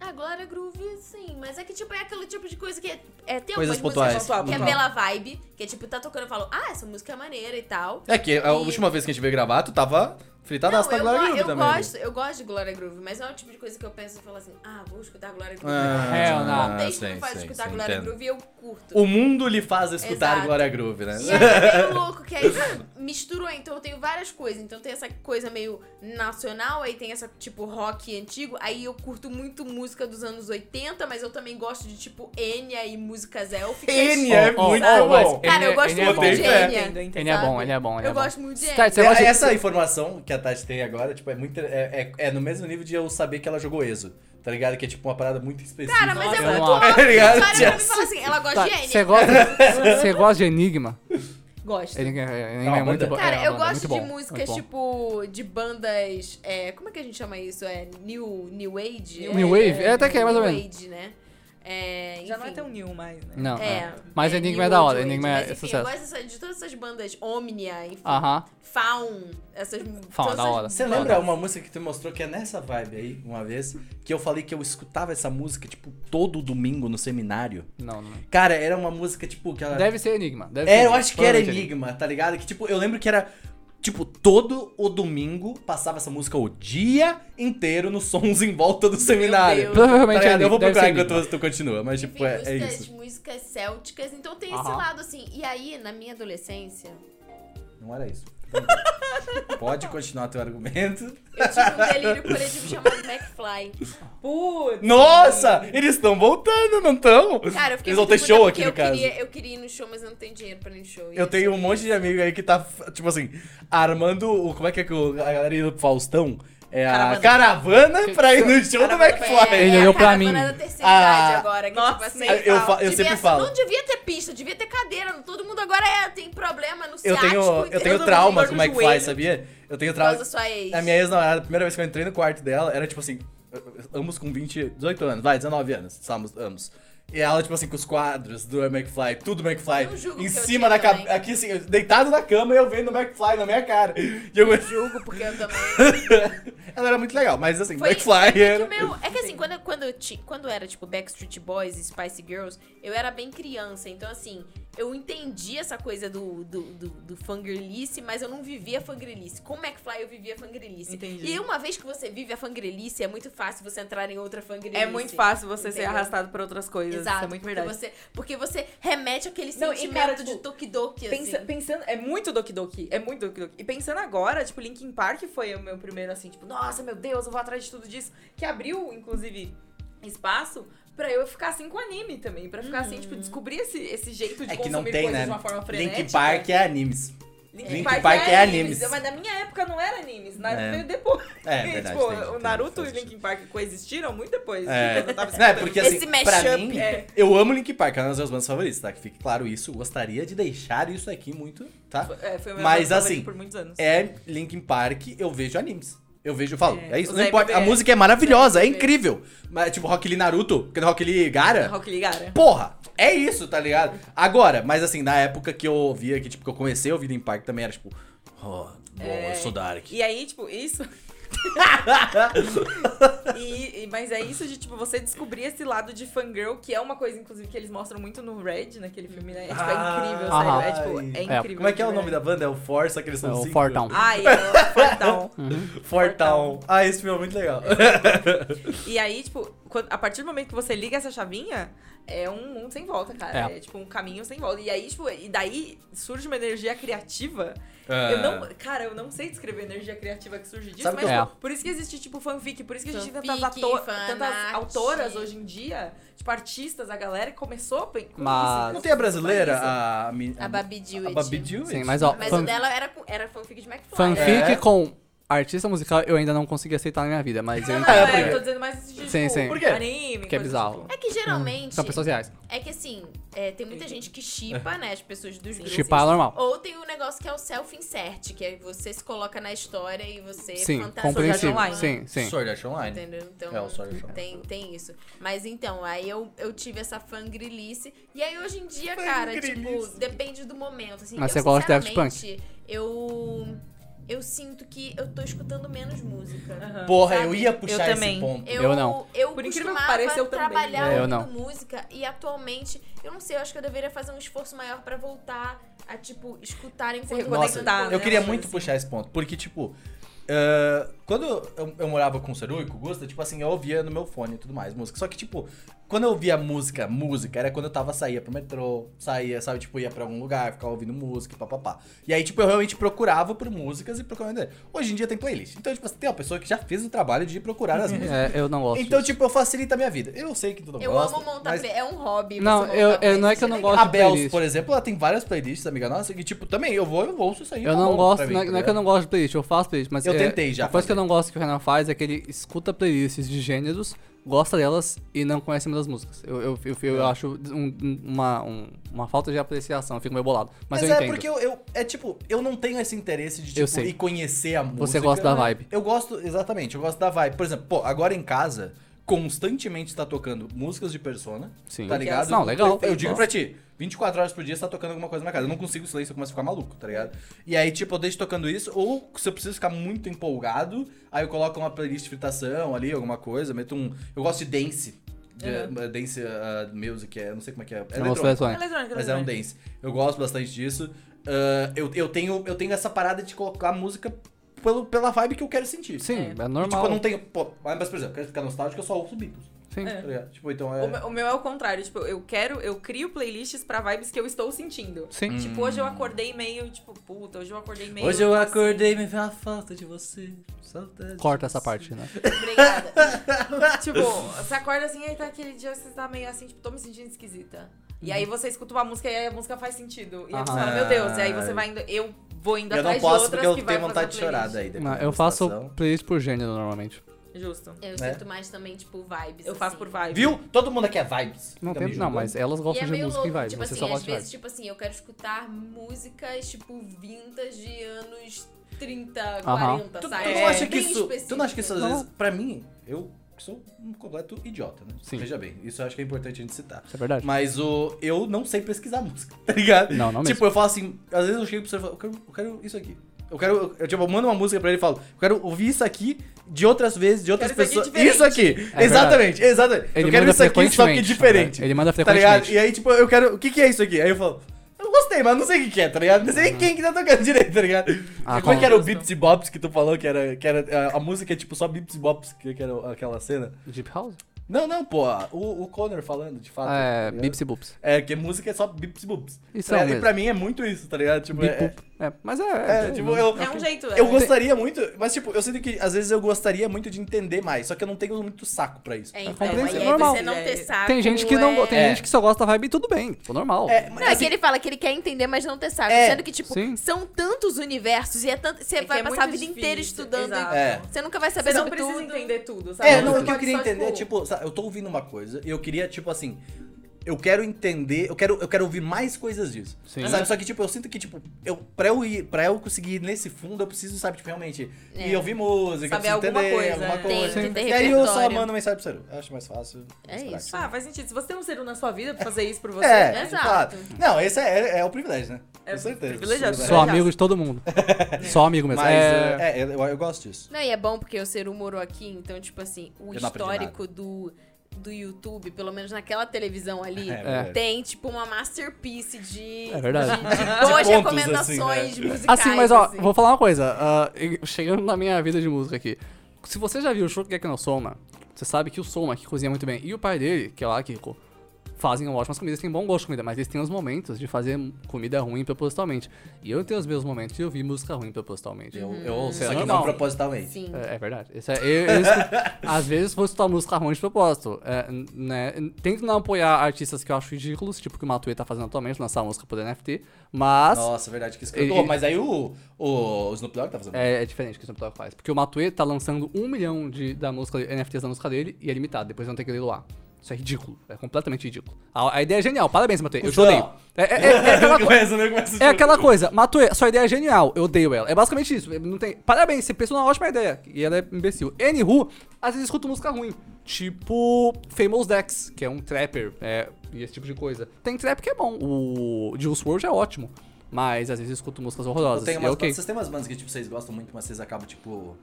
E: A Glória Groove, sim, mas é que tipo, é aquele tipo de coisa que é, é tem
A: Coisas
E: algumas
A: pontuais. uhum.
E: músicas
B: Pontual,
E: que é
B: pontual.
E: pela vibe, que é tipo, tá tocando e falo, ah, essa música é maneira e tal.
A: É que a última vez que a gente veio gravar, tu tava fritadaço
E: Não,
A: da
E: eu,
A: Glória
E: go-
A: Groove
E: eu
A: também. né?
E: gosto, eu gosto de Glória Groove, mas não é o tipo de coisa que eu penso e falo assim, ah, vou escutar Glória Groove.
A: Ah,
D: É, eu
E: o
D: não.
E: contexto
A: sei,
E: me faz
A: sei,
E: escutar
A: sei,
E: Glória
A: entendo.
E: Groove e eu curto.
A: O mundo lhe faz escutar
E: Exato.
A: Glória Groove, né?
E: E aí é meio louco, que aí misturou, então eu tenho várias coisas. Então tem essa coisa meio nacional, aí tem essa tipo rock antigo. Aí eu curto muito música dos anos 80, mas eu também gosto de tipo Enya e músicas élficas.
A: Enya é
D: Ó, ó,
A: muito
D: ó, mas
A: bom.
D: Enya-
E: Cara, eu gosto
D: Enya é
E: muito
D: bom.
E: de
A: É.
E: Enya.
B: Entendo, entendo.
D: Ele é bom,
E: sabe?
D: ele é bom, ele
E: Eu
D: é bom.
E: gosto muito de
D: Tá,
E: Enya.
D: Você gosta de-
A: Essa informação que a Tati tem agora, tipo, é muito. É, é- é no mesmo nível de eu saber que ela jogou ESO, tá ligado? Que é tipo uma parada muito específica.
E: Cara, mas é
D: Nossa,
E: muito
D: eu amo.
E: óbvio.
A: Tá ligado?
E: Para pra mim e falar assim, ela gosta
D: Tá,
E: de
D: Você
E: Enya.
D: gosta, você gosta de Enigma?
E: Gosto.
D: Enigma é, Enigma
A: uma
D: é muito
A: banda.
D: bom. é
E: Cara,
D: uma
E: eu
D: banda, muito
E: gosto
D: bom,
E: de
D: muito
E: músicas
D: bom.
E: tipo de bandas. é, como é que a gente chama isso? É New, new Age?
D: New Wave? É, até que é, mais ou
E: New
D: menos.
E: Age, né? É, enfim.
B: Já não é tão new mais, né?
D: Não,
E: É,
D: é. Mas
E: é
D: Enigma
E: New
D: é da hora,
E: Age,
D: Enigma
E: mas,
D: é
E: enfim,
D: sucesso.
E: Eu gosto dessa- de todas essas bandas, Omnia, enfim,
D: Aham.
E: Faun, essas
D: Faun,
E: todas
D: Ah. da
E: essas-
D: hora.
A: Você lembra uma música que tu mostrou que é nessa vibe aí, uma vez? Que eu falei que eu escutava essa música, tipo, todo domingo no seminário.
D: Não, não.
A: Cara, era uma música, tipo, que ela.
D: Deve ser Enigma. Deve ser
A: É, eu
D: Enigma,
A: acho que era
D: provavelmente
A: Enigma, tá ligado? Que tipo, eu lembro que era. Tipo, todo o domingo passava essa música o dia inteiro nos sons em volta do seminário.
E: Deus.
A: Tá
D: Provavelmente é
A: ligado?
D: Enigma.
A: Eu vou
D: deve
A: procurar
D: ser
A: enquanto tu,
D: Enigma.
A: tu continua, mas tipo,
E: Enfim,
A: é, é
E: músicas,
A: isso.
E: músicas célticas. Então tem esse
D: Aham.
E: lado, assim. E aí, na minha adolescência,
A: Não era isso. Pode continuar teu argumento.
E: eu tive um delírio coletivo chamado McFly.
B: Putz!
A: Nossa! Eles estão voltando, não estão?
E: Cara, eu fiquei
A: Eles vão
E: muito
A: ter
E: puta
A: show aqui,
E: porque
A: no
E: eu
A: caso.
E: Queria, eu queria ir no show, mas eu não tenho dinheiro pra ir no show. E
A: Eu
E: aí,
A: tenho um
E: sabe?
A: monte de amigo aí que tá, tipo assim, armando o. Como é que é que o, a galera do Faustão? É a caravana pra ir no show do
E: Caravana
A: McFly.
E: é-
D: Ele
E: é a
D: olhou pra
E: caravana
D: mim.
E: da terceira
A: Ah,
E: idade agora, que,
B: nossa,
E: tipo assim,
A: eu
E: fala,
A: fa- eu
E: devia
A: sempre
E: ser-
A: falo.
E: Não devia ter pista, devia ter cadeira. Todo mundo agora é, tem problema no
A: Eu
E: ciático.
A: tenho, eu
E: entendeu?
A: tenho
B: mundo
A: trauma
B: dor
A: com
B: no
A: o McFly,
B: joelho.
A: sabia? Eu tenho
E: Por causa
A: trauma.
E: da sua ex.
A: A minha ex-namorada, a primeira vez que eu entrei no quarto dela, era tipo assim, ambos com 20, 18 anos, vai, 19 anos, estamos, ambos. E ela, tipo assim, com os quadros do McFly, tudo
E: Eu
A: McFly,
E: julgo
A: em
E: que eu
A: cima da
E: tinha
A: cabeça,
E: também.
A: aqui assim, eu- deitado na cama e eu vendo o McFly na minha cara. E eu...
E: Julgo, porque eu também...
A: ela era muito legal, mas assim,
E: Foi
A: McFly
E: é que
A: era...
E: o meu- é que assim, quando, eu- quando, eu ti- quando eu era, tipo, Backstreet Boys e Spice Girls, eu era bem criança. Então, assim, eu entendi essa coisa do, do, do, do fangirlice, mas eu não vivia a fangirlice. Como McFly eu vivia a fangirlice.
B: Entendi.
E: E uma vez que você vive a fangirlice, é muito fácil você entrar em outra fangirlice.
B: É muito fácil você ser
E: Entendeu?
B: arrastado por outras coisas.
E: Exato.
B: Isso é muito verdade.
E: Porque você, porque você remete aquele
B: Não, e,
E: sentimento
B: cara,
E: de
B: tipo,
E: tokidoki, assim.
B: Pensa- pensando, é muito Doki Doki, é muito Doki Doki. E pensando agora, tipo, Linkin Park foi o meu primeiro, assim, tipo, nossa, meu Deus, eu vou atrás de tudo disso. Que abriu, inclusive, espaço pra eu ficar assim com anime também. Pra ficar assim, tipo, descobrir esse, esse jeito de
A: É que
B: consumir
A: não tem,
B: coisas
A: né?
B: de uma forma frenética.
A: Link Park é animes.
B: Linkin
A: Linkin
B: Park,
A: Park
B: é,
A: é
B: animes.
A: animes.
B: Mas na minha época não era animes, Naruto
A: É.
B: veio depois.
A: É, verdade.
B: tipo,
A: tem- tem-
B: o Naruto
A: faz
B: e
A: sentido.
B: Linkin Park coexistiram muito depois.
A: É.
B: Eu não tava
A: Não, é
B: escutando.
A: porque
E: Esse
A: assim, pra
E: mashup,
A: mim,
B: é.
A: eu amo Link Park, é uma das minhas bandas favoritas, tá? Que fique claro isso, gostaria de deixar isso aqui muito, tá?
B: É, foi o meu
A: Mas,
B: favorito
A: assim,
B: por muitos anos.
A: É Linkin Park, eu vejo animes. Eu vejo, eu falo,
B: É,
A: é, isso,
B: os
A: não importa. A
B: MV.
A: música é maravilhosa, é
E: MV.
A: incrível. Mas, tipo, Rock Lee Naruto, que é Rock Lee Gara.
B: Rock Lee Gara.
A: Porra, é isso, tá ligado? Agora, mas assim, na época que eu ouvia, que tipo, que eu comecei a ouvir Linkin Park também era tipo, oh, bom,
B: É.
A: eu sou Dark.
B: E aí, tipo, isso. E- e- mas é isso de, tipo, você descobrir esse lado de fangirl, que é uma coisa, inclusive, que eles mostram muito no Red, naquele filme, né? É, tipo, é incrível,
D: Aham.
B: sério. É, tipo, é
D: É.
B: incrível.
A: Como é que é o
B: de
A: nome da banda? É o Força, que eles são
D: É o
A: cinco?
D: Fortão.
E: Ah,
B: verdade. Ai, é o Fortão.
D: Hum.
A: Fortão. Ah, esse filme é muito legal.
B: E aí, tipo, quando- a partir do momento que você liga essa chavinha, é um mundo sem volta, cara. É.
D: É.
B: tipo um caminho sem volta. E aí, tipo, e daí surge uma energia criativa.
A: Ah.
B: Eu não, cara, eu não sei descrever a energia criativa que surge disso,
A: Sabe
B: mas
D: que é? eu-
B: tipo, por isso que existe, tipo, fanfic, por isso que existe
E: Fanfic,
B: tantas, ato-
E: fanart.
B: tantas autoras hoje em dia, tipo, artistas, a galera que começou com isso.
D: Mas-
A: Não tem a brasileira, a... A, mi-
E: A Babi
A: a
E: Dewitt.
A: Babi Dewitt?
D: Sim, mas ó,
E: Mas
D: fan-
E: o dela era, com- era fanfic de McFly.
D: fanfic
A: É.
D: com artista musical eu ainda não consegui aceitar na minha vida, mas eu
B: Não, não,
D: entendo.
B: é, eu
D: porque-
B: tô dizendo mais esse tipo,
D: Sim, sim.
A: Por quê?
B: anime,
D: Porque é
B: coisa
D: bizarro.
B: tipo.
E: É que geralmente.
D: São pessoas reais.
E: É que assim, é, tem muita gente que chipa, né? As pessoas dos grupos.
D: Chipar é normal.
E: Ou tem um negócio que é o self-insert, que é você se coloca na história e você
D: Sim,
E: fantasia
D: compreensível.
E: online.
D: Sim, sim.
A: Sword Art Online.
E: Entendeu? Então,
A: É, o Sword Art Online.
E: tem, tem isso. Mas então, aí eu, eu tive essa fangrilice. E aí hoje em dia, cara, tipo,
A: Fangrilice.
E: depende do momento. Assim,
D: Mas
E: eu,
D: você gosta de Daft Punk?
E: sinceramente, Eu. Eu sinto que eu tô escutando menos música.
B: Aham.
A: Porra, eu
E: Sabe?
A: ia puxar
B: Eu
A: esse
B: também.
A: ponto.
E: Eu,
D: Eu não.
E: Eu
B: Por incrível que
E: costumava
B: pareça, eu também.
E: trabalhar
D: É, eu
E: ouvindo
D: não.
E: música e atualmente, eu não sei, eu acho que eu deveria fazer um esforço maior pra voltar a, tipo, escutar enquanto eu
A: Nossa,
B: reconectar,
E: ouço
A: eu
B: né,
A: queria
B: uma
A: muito
B: coisa
A: puxar esse ponto, porque, tipo, ah, quando eu, eu morava com o Seru e com o Gusta, tipo assim, eu ouvia no meu fone e tudo mais, música. Só que, tipo, quando eu ouvia música, música, era quando eu tava, saía pro metrô, saía, sabe, tipo, ia pra algum lugar, ficava ouvindo música e papapá. E aí, tipo, eu realmente procurava por músicas e procurava. Hoje em dia tem playlist. Então, tipo, assim, tem uma pessoa que já fez o trabalho de procurar as músicas.
D: É, eu não gosto.
A: Então,
D: disso.
A: tipo, eu facilito a minha vida. Eu sei que tu não
E: Eu
A: gosta.
E: amo montar
A: mas
E: play- é um hobby. você
D: Não,
E: montar
D: eu- eu- não é
E: playlist,
D: que eu não
E: legal.
D: gosto
A: A
D: de
A: Bells,
D: playlist.
A: por exemplo, ela tem várias playlists, amiga nossa, que, tipo, também eu vou, eu ouço isso aí.
D: Eu
A: tá
D: não
A: bom
D: gosto,
A: pra mim,
D: não, é- não é
A: entendeu?
D: que eu não gosto de playlist, eu faço playlist, mas.
A: Eu
D: é,
A: tentei já
D: A coisa que eu
A: fazer.
D: não gosto que o Renan faz é que ele escuta playlists de gêneros, gosta delas e não conhece uma das músicas. Eu, eu, eu, eu
A: É.
D: acho um- um- uma, um- uma falta de apreciação, eu fico meio bolado.
A: Mas,
D: Mas, eu
A: é
D: entendo.
A: porque eu, eu- É tipo, eu não tenho esse interesse de
D: Eu
A: tipo,
D: sei.
A: ir conhecer a música.
D: Você gosta da vibe.
A: Eu gosto, exatamente, eu gosto da vibe. Por exemplo, pô, agora em casa, constantemente tá tocando músicas de persona.
D: Sim.
A: Tá ligado?
D: Não, legal.
A: Eu, eu digo pra ti, 24 horas por dia você tá tocando alguma coisa na minha casa. Eu não consigo silêncio, eu começo a ficar maluco, tá ligado? E aí, tipo, eu deixo tocando isso, ou se eu preciso ficar muito empolgado, aí eu coloco uma playlist de fritação ali, alguma coisa, meto um. Eu gosto de dance. de- Dance uh, music, é, não sei como é que é. é
D: Eu não
A: eletrônico.
D: gosto eletrônica.
B: Eletrônica,
A: Mas era um
B: eletrônica.
A: dance. Eu gosto bastante disso. Ah, eu, eu, tenho, eu tenho essa parada de colocar a música pelo, pela vibe que eu quero sentir.
D: Sim, é,
A: E, tipo, eu
D: normal.
A: não tenho. Pô, mas, por exemplo, eu quero ficar nostálgico, eu só ouço Beatles.
D: Sim.
A: Tá ligado? Tipo, então
B: O
A: é.
B: meu- O meu é o contrário, tipo, eu quero, eu crio playlists pra vibes que eu estou sentindo.
D: Sim.
A: É.
B: Tipo, hoje eu acordei meio, tipo, puta, hoje eu acordei meio. é assim,
A: acordei e me veio a falta de você. Saudade.
D: Corta essa parte, né?
E: Obrigada.
B: Tipo, você acorda assim, aí tá aquele dia que você tá meio assim, tipo, tô me sentindo esquisita. E
A: Uhum.
B: aí você escuta uma música e aí a música faz sentido. E aí você
D: Aham.
B: fala, meu Deus, e aí você vai indo, eu vou indo
A: Eu não
B: atrás de
A: posso
B: outras
A: porque eu
B: que vai
A: tenho
B: fazer
A: vontade de chorar
B: playlist.
A: daí.
D: Não,
A: dependendo
D: eu
A: da
D: faço
A: situação.
D: playlist por gênero normalmente.
B: Justo.
E: Eu
A: Né?
E: sinto mais também, tipo, vibes.
B: Eu faço
E: assim.
B: por vibe.
A: Viu? Todo mundo aqui é vibes.
D: Não,
A: Fica
D: tem,
A: me
D: não
A: julgando.
D: mas elas
E: E é
D: gostam de
E: meio
D: música e
E: louco,
D: vai.
E: tipo
D: você
E: assim,
D: só
E: às
D: gosta de
E: vezes,
D: vibe.
E: tipo assim, eu quero escutar músicas, tipo, vintage de anos 30,
D: Aham.
E: 40,
B: Tá
A: Tu, tu
E: sabe?
A: não acha
E: É
A: que
E: bem
A: isso. Tu não acha que
E: específico.
A: isso às
D: Não.
A: vezes. Pra mim, eu sou um completo idiota, né?
D: Sim.
A: Veja bem, isso eu acho que é importante a gente citar.
D: Isso é verdade.
A: Mas o, eu não sei pesquisar música, tá ligado?
D: Não, não mesmo.
A: Tipo, eu falo assim, às vezes eu chego pro senhor e falo, eu quero, eu quero isso aqui. Eu quero, eu, eu, tipo, eu mando uma música pra ele e falo, eu quero ouvir isso aqui de outras vezes, de outras
B: Quero isso
A: pessoas.
B: aqui
A: Isso aqui!
D: É
A: exatamente, exatamente. eu quero
D: manda
A: isso aqui, só que
D: frequentemente, né?
A: diferente.
D: Ele manda
A: Tá ligado?
D: frequentemente.
A: E aí, tipo, eu quero. O que, que é isso aqui? Aí eu falo. gostei, mas não sei o que, que é, tá ligado? Não sei quem que tá tocando direito, tá ligado?
D: Uhum. Ah,
A: Como é
D: com-
A: que era o Bips e Bops que tu falou que era. Que era a, a música é tipo só Bips e Bops, que, que era aquela cena?
D: Deep House?
A: Não, não, pô. O, o Connor falando, de fato.
D: É,
A: tá ligado?
D: Bips e Boops.
A: É, que música é só bips e bups.
D: Isso
A: Tá
D: é
A: ligado?
D: o
A: E
D: mesmo.
A: pra mim é muito isso, tá ligado? Tipo,
D: Bip,
A: é-
D: bup. É, mas é. é,
A: é, tipo, eu.
B: É um jeito, é.
A: Eu gostaria muito, mas tipo, eu sinto que às vezes eu gostaria muito de entender mais, só que eu não tenho muito saco pra isso.
E: É,
D: É
E: então,
D: compreensível,
E: aí
D: normal.
E: você não ter
B: É.
E: saco.
D: Tem gente que não. go- Tem
A: É.
D: gente que só gosta da vibe e tudo bem. Tipo, normal.
E: Não,
A: assim,
B: Assim,
E: é que ele fala que ele quer entender, mas não ter saco.
A: É.
E: Sendo que, tipo,
D: Sim.
E: são tantos universos e é tanto. Você
B: É que
E: vai
B: é
E: passar a
B: muito
E: vida inteira
B: difícil,
E: estudando.
B: exato.
A: É.
E: Você nunca vai saber
B: Você não
E: sobre
B: precisa
E: tudo.
B: entender tudo, sabe?
A: É, não,
B: Você
A: o que eu
B: pode
A: queria
B: só,
A: entender é tipo, sa- eu tô ouvindo uma coisa e eu queria, tipo assim, eu quero entender, eu quero, eu quero ouvir mais coisas disso.
D: Sim.
A: Sabe? Só que, tipo, eu sinto que, tipo, eu, pra, eu ir, pra eu conseguir ir nesse fundo, eu preciso, sabe, tipo, realmente
E: É.
A: ir ouvir música,
B: Saber
A: preciso
B: alguma
A: entender
B: coisa,
A: alguma
B: é.
E: Tem,
A: coisa.
E: tem
A: e aí eu só
E: repertório.
A: mando mensagem pro Seru. Eu acho mais fácil.
E: É
A: mais
E: isso.
A: prático.
B: Ah, faz sentido. Se você tem um ser um na sua vida pra fazer isso por você,
A: tipo,
B: né?
A: É, exato.
E: Exato.
A: Não, esse é, é o privilégio, né?
B: É
A: Com certeza.
B: privilegiado.
A: Sim,
B: Só
A: né?
D: Sou amigo de todo mundo. Só amigo mesmo.
A: Mas,
D: é...
A: é, é, eu, eu gosto disso.
E: Não, e é bom porque o Seru morou aqui, então, tipo assim, o
A: Eu não aprendi
E: histórico do, do YouTube, pelo menos naquela televisão ali,
A: É, é verdade.
E: tem, tipo, uma masterpiece de,
D: É verdade.
E: de, de boas
A: De pontos,
E: recomendações
A: assim, né?
E: musicais.
D: Assim, mas ó,
E: assim.
D: vou falar uma coisa. ah, eu- chegando na minha vida de música aqui. Se você já viu o show que é que não Soma, você sabe que o Soma, que cozinha muito bem, e o pai dele, que é o Akiko, fazem ótimas comidas, têm bom gosto de comida, mas eles têm os momentos de fazer comida ruim propositalmente. E eu tenho os meus momentos de ouvir música ruim propositalmente.
A: Eu, eu
E: Uhum.
A: ouço,
D: Isso é
A: só que não
D: normal.
A: propositalmente.
E: Sim.
D: É, é verdade. Isso é- eu- eu escuto- às vezes vou escutar música ruim de propósito. É, n- né? Tento não apoiar artistas que eu acho ridículos, tipo o que o Matue tá fazendo atualmente, lançar música por NFT, mas.
A: Nossa, é verdade, que
D: Ele-
A: escroto. Ô, mas aí o, o Snoop Dogg tá fazendo.
D: É, é diferente o que o Snoop Dogg faz. Porque o Matue tá lançando um milhão de da música, NFTs da música dele e é limitado. Depois vão ter que leiloar. Isso é ridículo. É completamente ridículo. A, a ideia é genial. Parabéns, Matue. Eu te
A: Cusão.
D: odeio. É, é- é- é aquela, co-
A: começa, né? Começa
D: é aquela coisa. Matue, sua ideia é genial. Eu odeio ela. É basicamente isso. Não tem... Parabéns, você pensou numa ótima ideia. E ela é imbecil. Anywho, às vezes eu escuto música ruim. Tipo Famous Dex, que é um trapper. É, e esse tipo de coisa. Tem trap que é bom. O Juice WRLD é ótimo. Mas às vezes eu escuto músicas horrorosas.
A: Eu tenho
D: E
A: umas,
D: é ok.
A: Vocês têm umas bandas que tipo, vocês gostam muito, mas vocês acabam, tipo.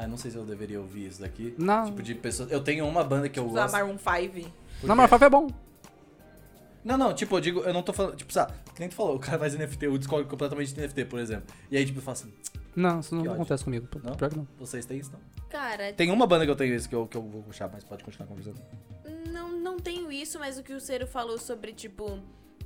A: Ah, eu não sei se eu deveria ouvir isso daqui.
D: Não.
A: Tipo, de pessoas. Eu tenho uma banda que eu
B: Usar
A: gosto.
B: Maroon 5.
D: Na Marfaf é bom.
A: Não, não, tipo, eu digo, eu não tô falando. Tipo, sabe, que nem tu falou, o cara faz NFT, o Discord é completamente de NFT, por exemplo. E aí, tipo, eu falo assim,
D: Não, isso não
A: Que ódio.
D: acontece comigo. p-
A: Não?
D: Pior que não.
A: vocês têm isso? Não?
E: Cara,
A: Tem uma banda que eu tenho isso que eu, que eu vou puxar, mas pode continuar conversando.
E: não, não tenho isso, mas o que o Cero falou sobre, tipo,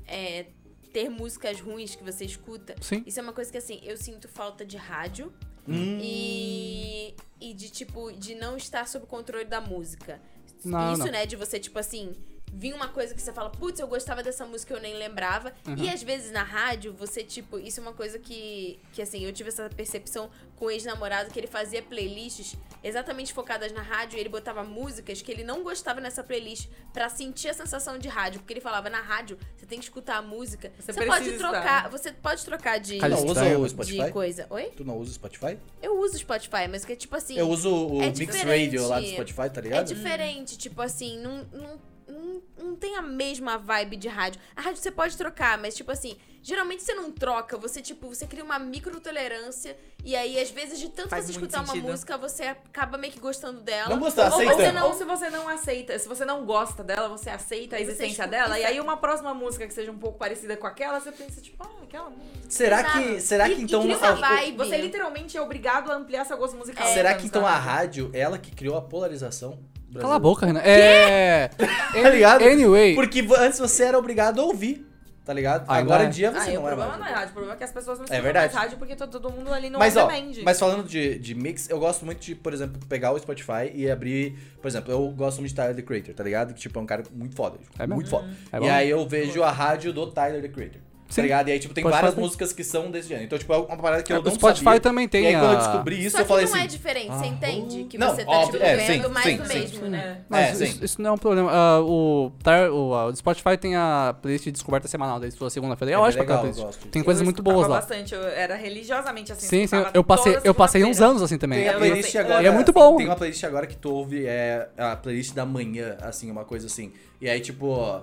E: é, ter músicas ruins que você escuta,
D: Sim.
E: isso é uma coisa que, assim, eu sinto falta de rádio.
A: Hum.
E: E, e de, tipo, de não estar sob o controle da música.
D: Não,
E: Isso,
D: não.
E: né? De você, tipo assim, vir uma coisa que você fala, putz, eu gostava dessa música, eu nem lembrava. E às vezes na rádio, você, tipo, isso é uma coisa que, que assim, eu tive essa percepção com o ex-namorado, que ele fazia playlists exatamente focadas na rádio, e ele botava músicas que ele não gostava nessa playlist pra sentir a sensação de rádio. Porque ele falava, na rádio, você tem que escutar a música. Você,
B: Você
E: pode
B: precisa
E: trocar,
B: estar. né?
E: você pode trocar de,
A: Tu
D: Cara,
A: não
D: isso
A: usa
D: tá-
A: o
E: de
A: Spotify?
E: coisa. Oi?
A: Tu não usa o Spotify?
E: Eu uso o Spotify, mas que é tipo assim.
A: Eu uso o
E: É
A: Mix
E: diferente.
A: Radio lá do Spotify, tá
E: é
A: ligado?
E: diferente, tipo assim, não, não, não, não tem a mesma vibe de rádio. A rádio você pode trocar, mas tipo assim, geralmente você não troca, você tipo, você cria uma micro tolerância e aí às vezes de tanto
B: Faz
E: você
B: muito
E: escutar uma
B: sentido.
E: música, você acaba meio que gostando dela.
A: Não gostar,
B: Ou,
A: aceita.
B: ou se
E: você
B: não- ou
E: não
B: se você não aceita, se você não gosta dela, você aceita a
E: Você
B: existência
E: escuta,
B: dela, e
E: exato.
B: aí uma próxima música que seja um pouco parecida com aquela, você pensa, tipo, ah, aquela música.
A: Será
E: Exato.
A: que, será
E: E-
A: que
E: e
A: então.
E: cria uma
A: a-
E: vibe. né? É, Baby.
B: Você literalmente é obrigado a ampliar seu gosto musical.
A: Será
B: sabe?
A: que então a rádio, ela que criou a polarização? brasileira?
D: Cala a boca, Renan. É.
A: Tá ligado?
D: Anyway.
A: Porque vo- antes você era obrigado a ouvir, tá ligado?
D: Agora
A: Agora
D: é.
A: em dia
B: Ah,
A: você
B: e o
A: não é
B: problema
A: mais.
B: não é rádio, o problema é que as pessoas não
A: É
B: escutam
A: verdade.
B: mais rádio porque tá todo, todo mundo ali não
A: Mas, ó,
B: depende.
A: mas falando de, de mix, eu gosto muito de, por exemplo, pegar o Spotify e abrir. Por exemplo, eu gosto muito de Tyler The Creator, tá ligado? Que, tipo, é um cara muito foda. tipo,
D: É mesmo?
A: muito foda.
D: É
A: e
D: bom.
A: aí eu vejo a rádio do Tyler The Creator. Tá
D: Sim.
A: ligado? E aí, tipo, tem
D: Pode
A: várias
D: fazer.
A: músicas que são desse gênero. Então, tipo, é uma parada que eu
D: O
A: não
D: Spotify
A: sabia.
D: também tem
A: E aí, quando eu
D: a-
A: descobri isso,
E: Só
A: eu falei
E: que não
A: assim.
E: é diferente,
A: ah,
E: você entende? Que
A: não,
E: você tá
A: óbvio,
E: tipo,
A: é,
E: ganhando
A: sim,
E: mais
A: sim,
E: do
A: sim.
E: mesmo, né?
D: Mas
A: É, sim.
D: isso, isso não é um problema. Ah, o, Tar- o, ah, o Spotify tem a playlist de descoberta semanal deles toda segunda-feira.
A: É
D: Eu acho
A: bem
D: que aquela
A: legal, eu
D: playlist.
A: gosto.
D: Tem coisas
B: Eu
D: muito
B: escutava
D: boas lá.
B: bastante, eu era religiosamente assim.
D: Sim, sim.
B: escutava
D: Eu passei,
B: toda
D: eu passei uns
B: segunda-feira.
D: anos assim também.
A: Tem a
B: Eu
A: playlist
B: gostei.
A: agora.
D: E é muito bom.
A: Tem uma playlist agora que tu ouve, é a playlist da manhã, assim, uma coisa assim. E aí, assim. tipo,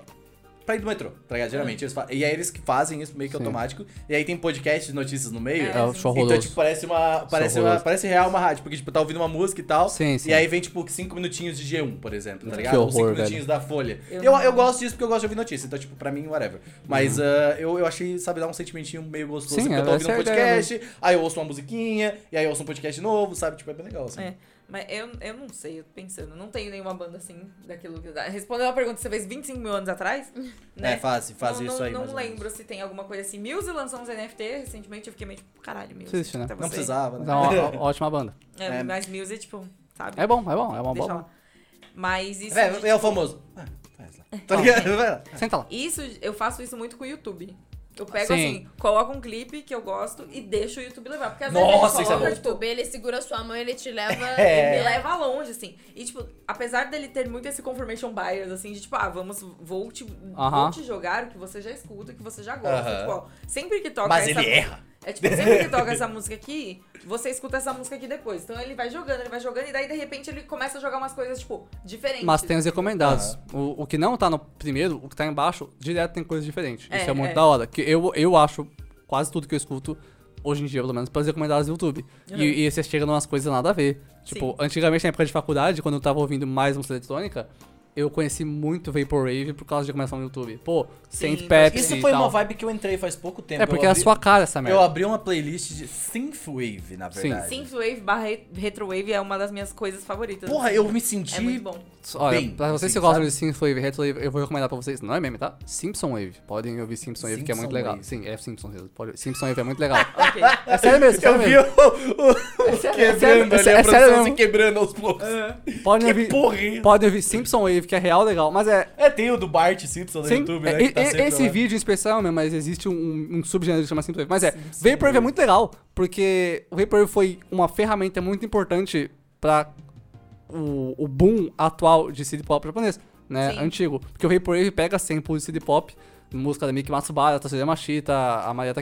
A: pra ir do metrô, tá ligado? Geralmente eles fa- E aí eles que fazem isso meio que
D: É. Sim.
A: automático. E aí tem podcast de notícias no meio.
B: É,
D: É o show
A: Então,
D: horroroso.
A: tipo, parece uma. Parece, uma,
D: horroroso.
A: parece real uma rádio, porque, tipo, tá ouvindo uma música e tal.
D: Sim, sim.
A: E aí vem, tipo, cinco minutinhos de G1, por exemplo, tá
D: Que
A: ligado? Ou cinco
D: horror,
A: minutinhos da Folha. Eu,
B: Eu
A: eu,
B: não-
A: gosto disso porque eu gosto de ouvir notícia. Então, tipo, pra mim, whatever. Mas
D: Uhum.
A: ah, eu, eu achei, sabe, dá um sentimentinho meio gostoso.
D: Sim,
A: porque eu tô
D: é,
A: ouvindo um
D: essa é a ideia,
A: podcast, aí eu ouço uma musiquinha, e aí eu ouço um podcast novo, sabe? Tipo, é bem legal, assim.
B: É. Mas eu, eu não sei, eu tô pensando. Não tenho nenhuma banda assim daquilo que. Respondendo uma pergunta que você fez 25 mil anos atrás? né?
A: É, faz, faz
B: não,
A: isso
B: não,
A: aí.
B: Não
A: mais ou menos.
B: lembro se tem alguma coisa assim. Muse lançou uns NFT recentemente, eu fiquei meio tipo, caralho, Muse.
D: Existe, né?
B: até
A: Não
B: você.
A: precisava, né?
D: Mas é uma ó- ótima banda.
B: É,
A: É.
B: Mas Muse, tipo, sabe?
D: É bom, é bom, é uma boa.
B: deixa
D: banda.
B: lá. Mas isso. de-
A: É, é o famoso. Ah, faz lá. Tá ligado? Vai lá.
D: Senta lá.
B: Isso, eu faço isso muito com o YouTube. Eu pego
D: Sim.
B: assim, coloco um clipe que eu gosto e deixo o YouTube levar. Porque às
A: Nossa,
B: vezes
A: isso é
B: ele
E: Coloca
B: coloca,
E: o
B: tipo,
E: YouTube, ele segura sua mão, ele te leva.
A: É.
B: me leva longe, assim. E, tipo, apesar dele ter muito esse confirmation bias, assim, de tipo, ah, vamos, vou te, vou
D: Aham.
B: te jogar o que você já escuta, o que você já gosta.
A: Aham.
B: Tipo, ó, sempre que toca
A: Mas
B: essa
A: ele erra.
B: É tipo, sempre que toca essa música aqui, você escuta essa música aqui depois. Então ele vai jogando, ele vai jogando, e daí de repente ele começa a jogar umas coisas, tipo, diferentes.
D: Mas tem os recomendados. O, o que não tá no primeiro, o que tá embaixo, direto tem coisa diferente.
B: É,
D: Isso é muito
B: é.
D: da hora. Que eu, eu acho quase tudo que eu escuto, hoje em dia, pelo menos, pelas recomendadas do YouTube.
B: Uhum.
D: E, e você chega numas coisas nada a ver. Tipo,
B: Sim.
D: antigamente, na época de faculdade, quando eu tava ouvindo mais música eletrônica, eu conheci muito Vaporwave por causa de recomendação do YouTube. Pô,
B: Sim,
D: Saint Patrick
A: Isso
D: e
A: foi
D: tal.
A: uma vibe que eu entrei faz pouco tempo.
D: então. É porque
A: eu
D: é a
A: abri-
D: sua cara essa
A: Eu
D: merda.
A: abri uma playlist de Synthwave, na
D: Sim.
A: verdade.
B: Synthwave barra retrowave é uma das minhas coisas favoritas.
A: Porra, eu me senti.
B: É muito bom.
D: Olha,
A: bem,
D: pra vocês
A: assim,
D: que gostam
A: sabe?
D: de Simpson Wave, Retro Wave, eu vou recomendar pra vocês. Não é meme, tá? Simpson Wave. Podem ouvir Simpson Wave, que é muito
A: Simpson
D: legal.
A: Wave.
D: Sim, é Simpson Wave. Pode... Simpson Wave é muito legal.
B: Ok.
D: É sério mesmo, é sério
A: Eu vi
D: mesmo.
A: o, o- o
D: sério, é
A: quebrando
D: sério,
A: ali,
D: é
A: a
D: sério
A: produção se
D: mesmo.
A: quebrando aos poucos.
D: Podem
A: Que
D: ouvir,
A: porra é essa?
D: podem ouvir Simpson Wave, que é real legal. Mas é.
A: É, tem o do Bart Simpson no
D: Sim,
A: YouTube,
D: é-
A: né? que tá
D: e-
A: sempre
D: esse
A: lá.
D: vídeo em especial mesmo, mas existe um, um subgênero que chama Simpson Wave. Mas é, Vaporwave é muito legal, porque o Vaporwave foi uma ferramenta muito importante pra o, o boom atual de CD pop japonês, né?
B: Sim.
D: Antigo. Porque o Vaporwave pega samples de CD pop, música da Miki Matsubara, Tatsuya Mashita, a Maria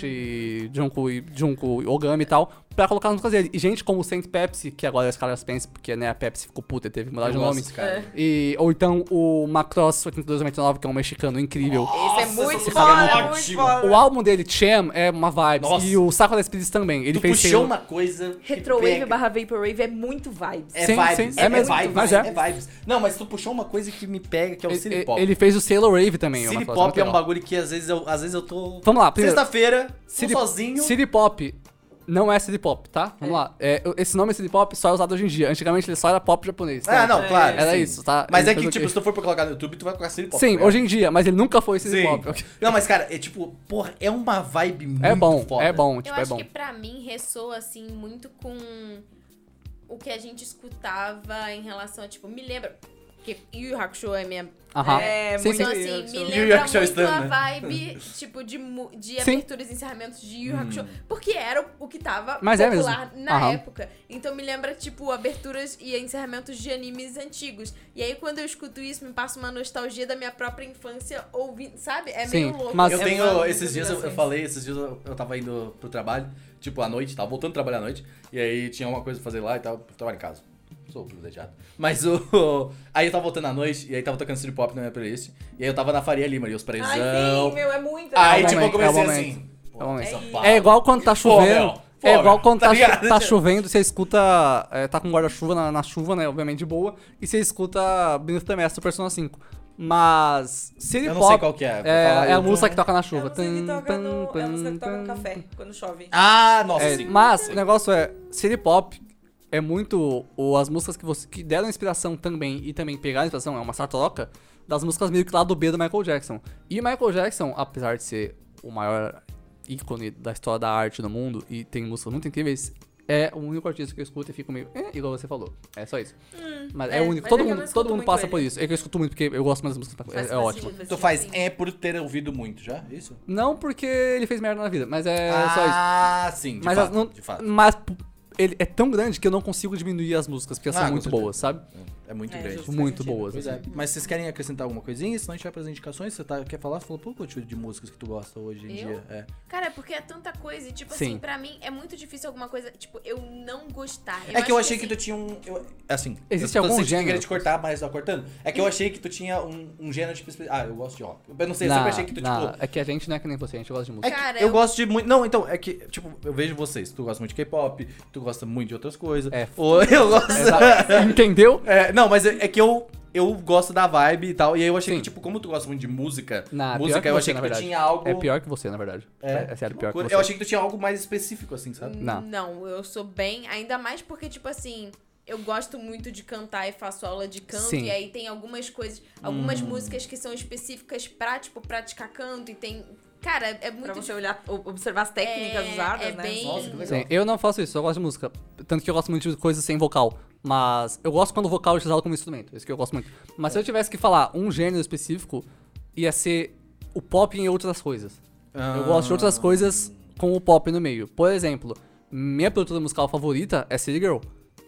D: Takeuchi, Junko, e- Junko e Ogami e tal, pra colocar nas músicas dele. E gente como o Saint Pepsi, que agora os caras pensam, porque né, a Pepsi ficou puta e teve que mudar
A: Eu
D: de um
A: gosto
D: nome.
A: desse
B: É.
A: cara.
D: E, ou então o Macross 8299, que é um mexicano incrível.
B: Esse é
A: Nossa,
B: muito
A: essa
B: foda,
A: música é
B: é muito
A: ótima.
B: foda.
D: O álbum dele, Cham, é uma vibe.
A: Nossa.
D: E o Saco das Espíritas também. Ele
A: Tu
D: fez
A: puxou
D: sem-
A: uma coisa. que
B: Retrowave
A: pega-
B: barra vaporwave é muito vibes.
A: É
D: Sim,
A: vibes,
D: sim,
A: é,
D: é mesmo,
A: vibes,
D: mas
A: é.
D: é.
A: vibes. Não, mas tu puxou uma coisa que me pega, que é o
D: ele,
A: City Pop.
D: ele fez o Sailor Wave também. o
A: City
D: Macross,
A: Pop é um
D: muito legal.
A: bagulho que às vezes eu, às vezes eu tô.
D: Vamos lá, primeiro.
A: Sexta-feira, tô
D: City-
A: sozinho.
D: City Pop não é City Pop, tá? Vamos lá. É, esse nome City Pop só é usado hoje em dia. Antigamente ele só era pop japonês.
A: Ah,
D: então-
A: não, claro.
D: Era
A: sim.
D: isso, tá?
A: Mas
D: Ele
A: é que,
D: fez o
A: tipo,
D: quê?
A: se tu for pra colocar no YouTube, tu vai colocar City Pop.
D: Sim,
A: né?
D: hoje em dia, mas ele nunca foi City
A: Sim.
D: Pop. ok?
A: Não, mas cara, é tipo, porra, é uma vibe muito
D: É bom,
A: foda.
D: é bom,
E: Eu
D: tipo, é
E: acho
D: bom.
E: que pra mim ressoa assim muito com o que a gente escutava em relação a, tipo, me lembra. Porque Yu Yu Hakusho é minha.
D: Aham.
B: É,
D: sim,
E: Então,
D: sim.
E: assim, me
A: Yu Yu
E: lembra
A: Hakusho
E: muito
A: Stan,
E: a
A: né?
E: vibe, tipo, de, mu- de
D: Sim.
E: aberturas e encerramentos de Yu Yu Hakusho.
A: Hum.
E: Porque era o- o que tava
D: Mas é
E: popular
D: mesmo.
E: na
D: Aham.
E: época. Então me lembra, tipo, aberturas e encerramentos de animes antigos. E aí, quando eu escuto isso, me passa uma nostalgia da minha própria infância ouvindo, sabe? É
D: Sim,
E: meio louco.
D: mas-
A: Eu
D: É
A: tenho,
B: uma
A: esses dias eu, eu
B: combinação.
A: falei, esses dias eu, eu tava indo pro trabalho, tipo, à noite, tava voltando a trabalhar à noite, e aí tinha uma coisa pra fazer lá e tal, eu trabalho em casa. Sou privilegiado. Mas o. Aí eu tava voltando à noite, e aí tava tocando City Pop na minha playlist, e aí eu tava na Faria Lima ali, os
B: Ai, sim,
A: presão.
B: meu, é muito.
A: Aí,
D: É o
A: tipo, eu
D: momento, é o
A: comecei
D: momento,
A: assim.
D: é o momento.
A: São
B: É
A: Paulo.
D: É igual quando tá
A: Pô, meu,
D: chovendo.
A: pô,
D: É igual
A: meu,
D: quando
A: tá
D: tá, cho-
A: ligado?
D: tá chovendo, você escuta. é, tá com guarda-chuva na, na chuva, né? Obviamente de boa. E você escuta Benito Temestre do Persona 5. Mas. City
A: Eu não
D: Pop
A: sei qual que é, vou falar
D: É, a
A: eu-
D: música que toca na
B: É a
D: chuva.
B: música que toca no, é a música que toca no
D: Tum,
B: café, quando chove.
A: Ah, nossa,
D: é,
A: sim.
D: mas o negócio é, City Pop é muito. Ou as músicas que você que deram inspiração também e também pegaram inspiração, é uma sartoroca, das músicas meio que lá do B do Michael Jackson. E Michael Jackson, apesar de ser o maior ícone da história da arte no mundo e tem músicas muito incríveis, é o único artista que eu escuto e fico meio. "Eh", igual você falou. É só isso. mas é,
B: é,
D: o único.
B: mas é
D: Todo
B: que
D: mundo,
B: eu não
D: todo
B: escuto
D: mundo
B: muito
D: passa
B: ele.
D: por isso. É que eu escuto muito porque eu gosto mais das músicas.
E: Faz-
D: É, é
E: faz
D: ótimo.
A: Tu
E: sentido, sentido,
A: faz
E: sim.
A: é por ter ouvido muito já? é Isso?
D: Não porque ele fez merda na vida, mas é só isso.
A: ah, sim, de
D: mas
A: fato,
D: as- não-
A: de fato.
D: mas p- ele é tão grande que eu não consigo diminuir as músicas, porque elas
A: Ah,
D: são
A: com
D: muito
A: certeza.
D: boas, sabe?
A: É muito
B: É,
A: grande.
B: justo.
D: Muito
B: sentido.
D: boas.
A: Pois
D: assim.
A: é. Mas vocês querem acrescentar alguma coisinha? Senão a gente vai para as indicações. Você tá, quer falar? Fala pouco tipo de músicas que tu gosta hoje em
E: Eu?
A: dia. É.
E: Cara, é porque é tanta coisa. E, tipo
D: Sim.
E: assim, pra mim é muito difícil alguma coisa, tipo, eu não gostar.
A: É que eu achei que
E: assim,
A: tu tinha um. eu- assim.
D: Existe
A: eu
D: algum
A: sei que tu
D: gênero?
A: queria te cortar, mas tá cortando. É
E: Hum.
A: que eu achei que tu tinha um, um gênero tipo. espe- Ah, eu gosto de rock. Eu não sei, eu
D: Não,
A: sempre achei que tu,
D: não,
A: tipo.
D: É que a gente não é que nem você, a gente gosta de
A: É
D: música.
A: que
E: Cara,
A: eu,
E: eu-
A: gosto de muito. Não, então, é que, tipo, eu vejo vocês. Tu gosta muito de K-pop, tu gosta muito de outras coisas.
D: É.
A: Ou eu gosto.
D: Exato. Entendeu?
A: É, não, mas é, é que eu, eu gosto da vibe e tal. E aí eu achei
D: Sim.
A: que, tipo, como tu gosta muito de música,
D: Na,
A: música,
D: pior que
A: eu
D: você,
A: achei
D: na
A: que tu
D: verdade.
A: tinha algo.
D: É pior que você, na verdade. É, é sério, pior que
A: loucura.
D: você.
A: Eu achei que tu tinha algo mais específico, assim, sabe?
D: Não.
E: Não, eu sou bem. Ainda mais porque, tipo assim, eu gosto muito de cantar e faço aula de canto.
D: Sim.
E: E aí tem algumas coisas, algumas
A: Hum.
E: músicas que são específicas pra, tipo, praticar canto. E tem. Cara, é muito
B: Pra você olhar, o- observar as técnicas
E: É,
B: usadas,
E: é
B: né?
E: bem-
A: Nossa, que legal.
D: Sim, eu não faço isso, eu gosto de música. Tanto que eu gosto muito de coisas sem vocal. Mas eu gosto quando o vocal é utilizado como instrumento. Isso que eu gosto muito. Mas se eu tivesse que falar um gênero específico, ia ser o pop em outras coisas.
A: Ah.
D: Eu gosto de outras coisas com o pop no meio. Por exemplo, minha produtora musical favorita é City Girl.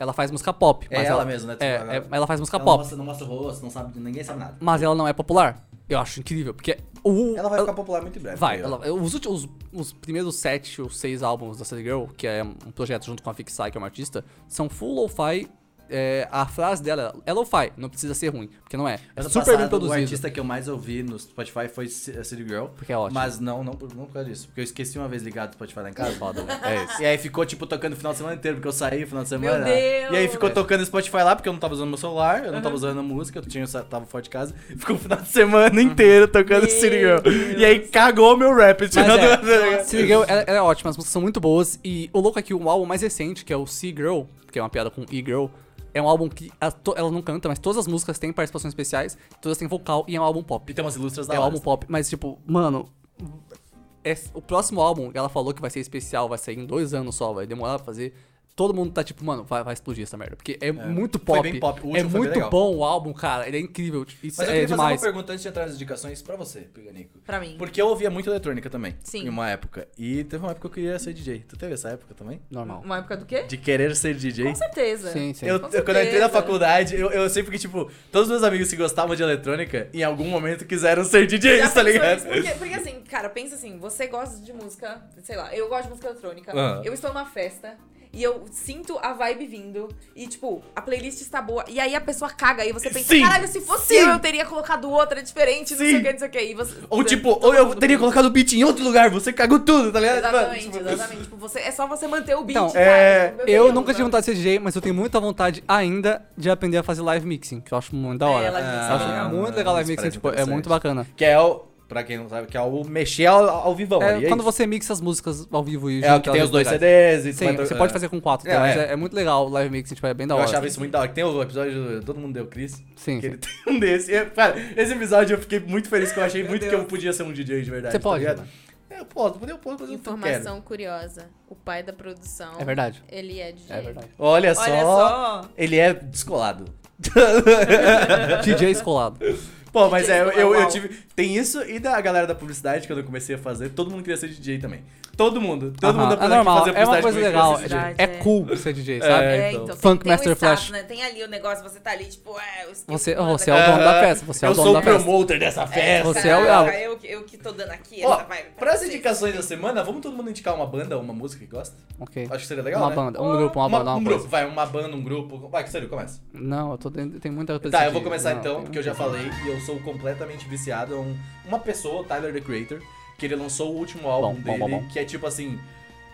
D: Ela faz música pop.
A: É
D: mas
A: ela mesmo, né?
D: É,
A: Tipo,
D: é- ela faz música
A: Ela
D: pop.
A: Não mostra, não mostra o rosto, não sabe, ninguém sabe nada.
D: Mas ela não é popular. Eu acho incrível, porque o.
A: Ela vai ficar popular muito em breve.
D: Vai,
A: eu-
D: ela- eu- os, últimos, os primeiros sete ou seis álbuns da City Girl, que é um projeto junto com a Fixai, que é uma artista, são full lo-fi. é, a frase dela é lo-fi, não precisa ser ruim, porque não é. É
A: Ano
D: super bem
A: passado, O
D: produzido.
A: artista que eu mais ouvi no Spotify foi C- City Girl.
D: Porque é ótimo.
A: Mas não, não, por- não por causa disso. Porque eu esqueci uma vez ligado o Spotify lá em casa.
D: Foda, né? É isso.
A: E aí ficou, tipo, tocando o final de semana inteiro, porque eu saí o final de semana.
B: Deus!
A: E aí ficou tocando Spotify lá, porque eu não tava usando meu celular, eu não tava usando a música, eu tinha, tava fora de casa. Ficou o final de semana
D: Uhum.
A: inteiro tocando
B: Meu
A: City Girl.
B: Deus.
A: E aí cagou meu rap.
D: Mas
A: tirando-
D: é, Sea Girl ela- ela é ótima, as músicas são muito boas. E o louco é que o álbum mais recente, que é o Sea Girl, que é uma piada com E-Girl, é um álbum que a to- ela não canta, mas todas as músicas têm participações especiais, todas têm vocal e é um álbum pop.
A: E tem umas ilustras da
D: É um
A: hora.
D: álbum pop, mas tipo, mano. esse- o próximo álbum, ela falou que vai ser especial, vai sair em dois anos só, vai demorar pra fazer. Todo mundo tá tipo, mano, vai, vai explodir essa merda. Porque é, muito
A: Foi
D: pop.
A: bem pop, o último
D: é
A: foi bem
D: muito
A: legal.
D: bom o álbum, cara. Ele é incrível. Isso
A: Mas eu
D: é
A: queria fazer uma
D: demais.
A: pergunta antes de entrar nas indicações pra você, Piganico.
B: Pra mim.
A: Porque eu ouvia muito eletrônica também.
B: Sim.
A: Em uma época. E teve uma época que eu queria ser DJ. Tu teve essa época também?
D: Normal.
B: Uma época do quê?
A: De querer ser DJ?
B: Com certeza.
D: Sim, sim.
A: é, Eu,
B: Com
A: eu- quando eu entrei na
B: certeza.
A: faculdade, eu, eu sei porque, tipo, todos os meus amigos que gostavam de eletrônica, em algum momento quiseram ser DJs,
B: Já
A: tá
B: pensou
A: ligado?
B: nisso? Porque, porque assim, cara, pensa assim, você gosta de música, sei lá, eu gosto de música eletrônica,
A: Aham.
B: eu estou numa festa e eu sinto a vibe vindo e, tipo, a playlist está boa. E aí a pessoa caga e você pensa,
A: Sim.
B: caralho, se fosse
A: Sim.
B: eu, eu teria colocado outra diferente, não
A: Sim.
B: sei o que, não sei o que. E você,
A: Ou,
B: você-
A: tipo,
B: todo
A: ou eu
B: mundo
A: teria
B: pensa.
A: colocado o beat em outro lugar, você cagou tudo, tá ligado? Mano,
B: Exatamente,
A: tipo,
B: exatamente. Tipo, você, é só você manter o beat,
D: Então,
B: cara.
A: é,
B: Meu
D: Eu
B: Deus,
D: nunca tive
B: mano.
D: vontade de ser DJ, mas eu tenho muita vontade ainda de aprender a fazer live mixing, que eu acho muito da
B: É,
D: hora.
B: live mixing
D: eu acho
B: é legal.
D: muito legal live
A: Isso
D: mixing,
A: parece
D: tipo, é muito
A: interessante.
D: bacana.
A: Que é o, pra quem não sabe, que é o mexer ao, ao vivão.
D: É,
A: ali, é
D: quando
A: isso.
D: você mixa as músicas ao vivo e
A: É o
D: junta
A: que tem
D: elas
A: os dois
D: legais.
A: CDs e tu
D: Sim,
A: vai tro-
D: você pode
A: é.
D: fazer com quatro,
A: É,
D: tá? mas
A: é.
D: é, é muito legal o live mixing, tipo, é bem da
A: Eu
D: hora.
A: achava isso muito da hora. que Tem o episódio do Todo Mundo Deu Cris.
D: Sim,
A: Que ele
D: sim.
A: tem um desse. E, cara, esse episódio eu fiquei muito feliz que eu achei muito que
B: Deus.
A: eu podia ser um DJ de verdade.
D: Você
A: tá
D: pode,
A: ligado?
D: né?
A: É, Eu posso, eu posso fazer o que eu
E: Informação curiosa. O pai da produção.
D: É verdade.
E: Ele é DJ.
D: É verdade.
A: quero. Olha só,
B: Olha só.
A: ele é descolado.
D: DJ escolado.
A: Pô, mas é, eu, eu, eu
B: Uau.
A: tive. Tem isso e da galera da publicidade, quando eu comecei a fazer, todo mundo queria ser DJ também. Todo mundo. Todo
D: Aham,
A: mundo
D: é
A: apesar de
D: normal,
A: fazer
D: é uma
A: publicidade
D: coisa
A: comigo,
D: legal.
A: queria ser
B: publicidade,
D: É,
B: é.
D: cool ser DJ, sabe?
A: É,
B: É,
A: então.
B: então,
D: Funk
B: tem, tem
D: Master
B: o status,
D: Flash.
B: né? Tem ali o negócio, você tá ali, tipo, é, o skill
D: Você,
B: que manda,
D: você é o dono da
A: Aham.
D: festa, você é o
A: eu
D: dono
A: sou
D: da
A: o
D: festa.
A: promoter dessa festa.
D: você é o-
B: cara, Eu, que- eu que tô dando aqui,
A: Ó,
B: essa vibe.
A: para as indicações da semana, vamos todo mundo indicar uma banda ou uma música que gosta?
D: Ok.
A: Acho que seria legal,
D: Uma
A: né?
D: banda, um grupo, uma
A: Uma-
D: banda,
A: um
D: uma
A: grupo,
D: coisa.
A: vai, uma banda, um grupo. Vai, que sério, começa.
D: Não, eu tô dentro, tem muita coisa.
A: Tá, eu
D: de-
A: vou começar
D: não,
A: então,
D: tem um
A: porque eu já falei e eu sou completamente viciado. É um- uma pessoa, o Tyler the Creator, que ele lançou o último álbum
D: Bom, bom,
A: dele,
D: bom, bom.
A: que é tipo assim.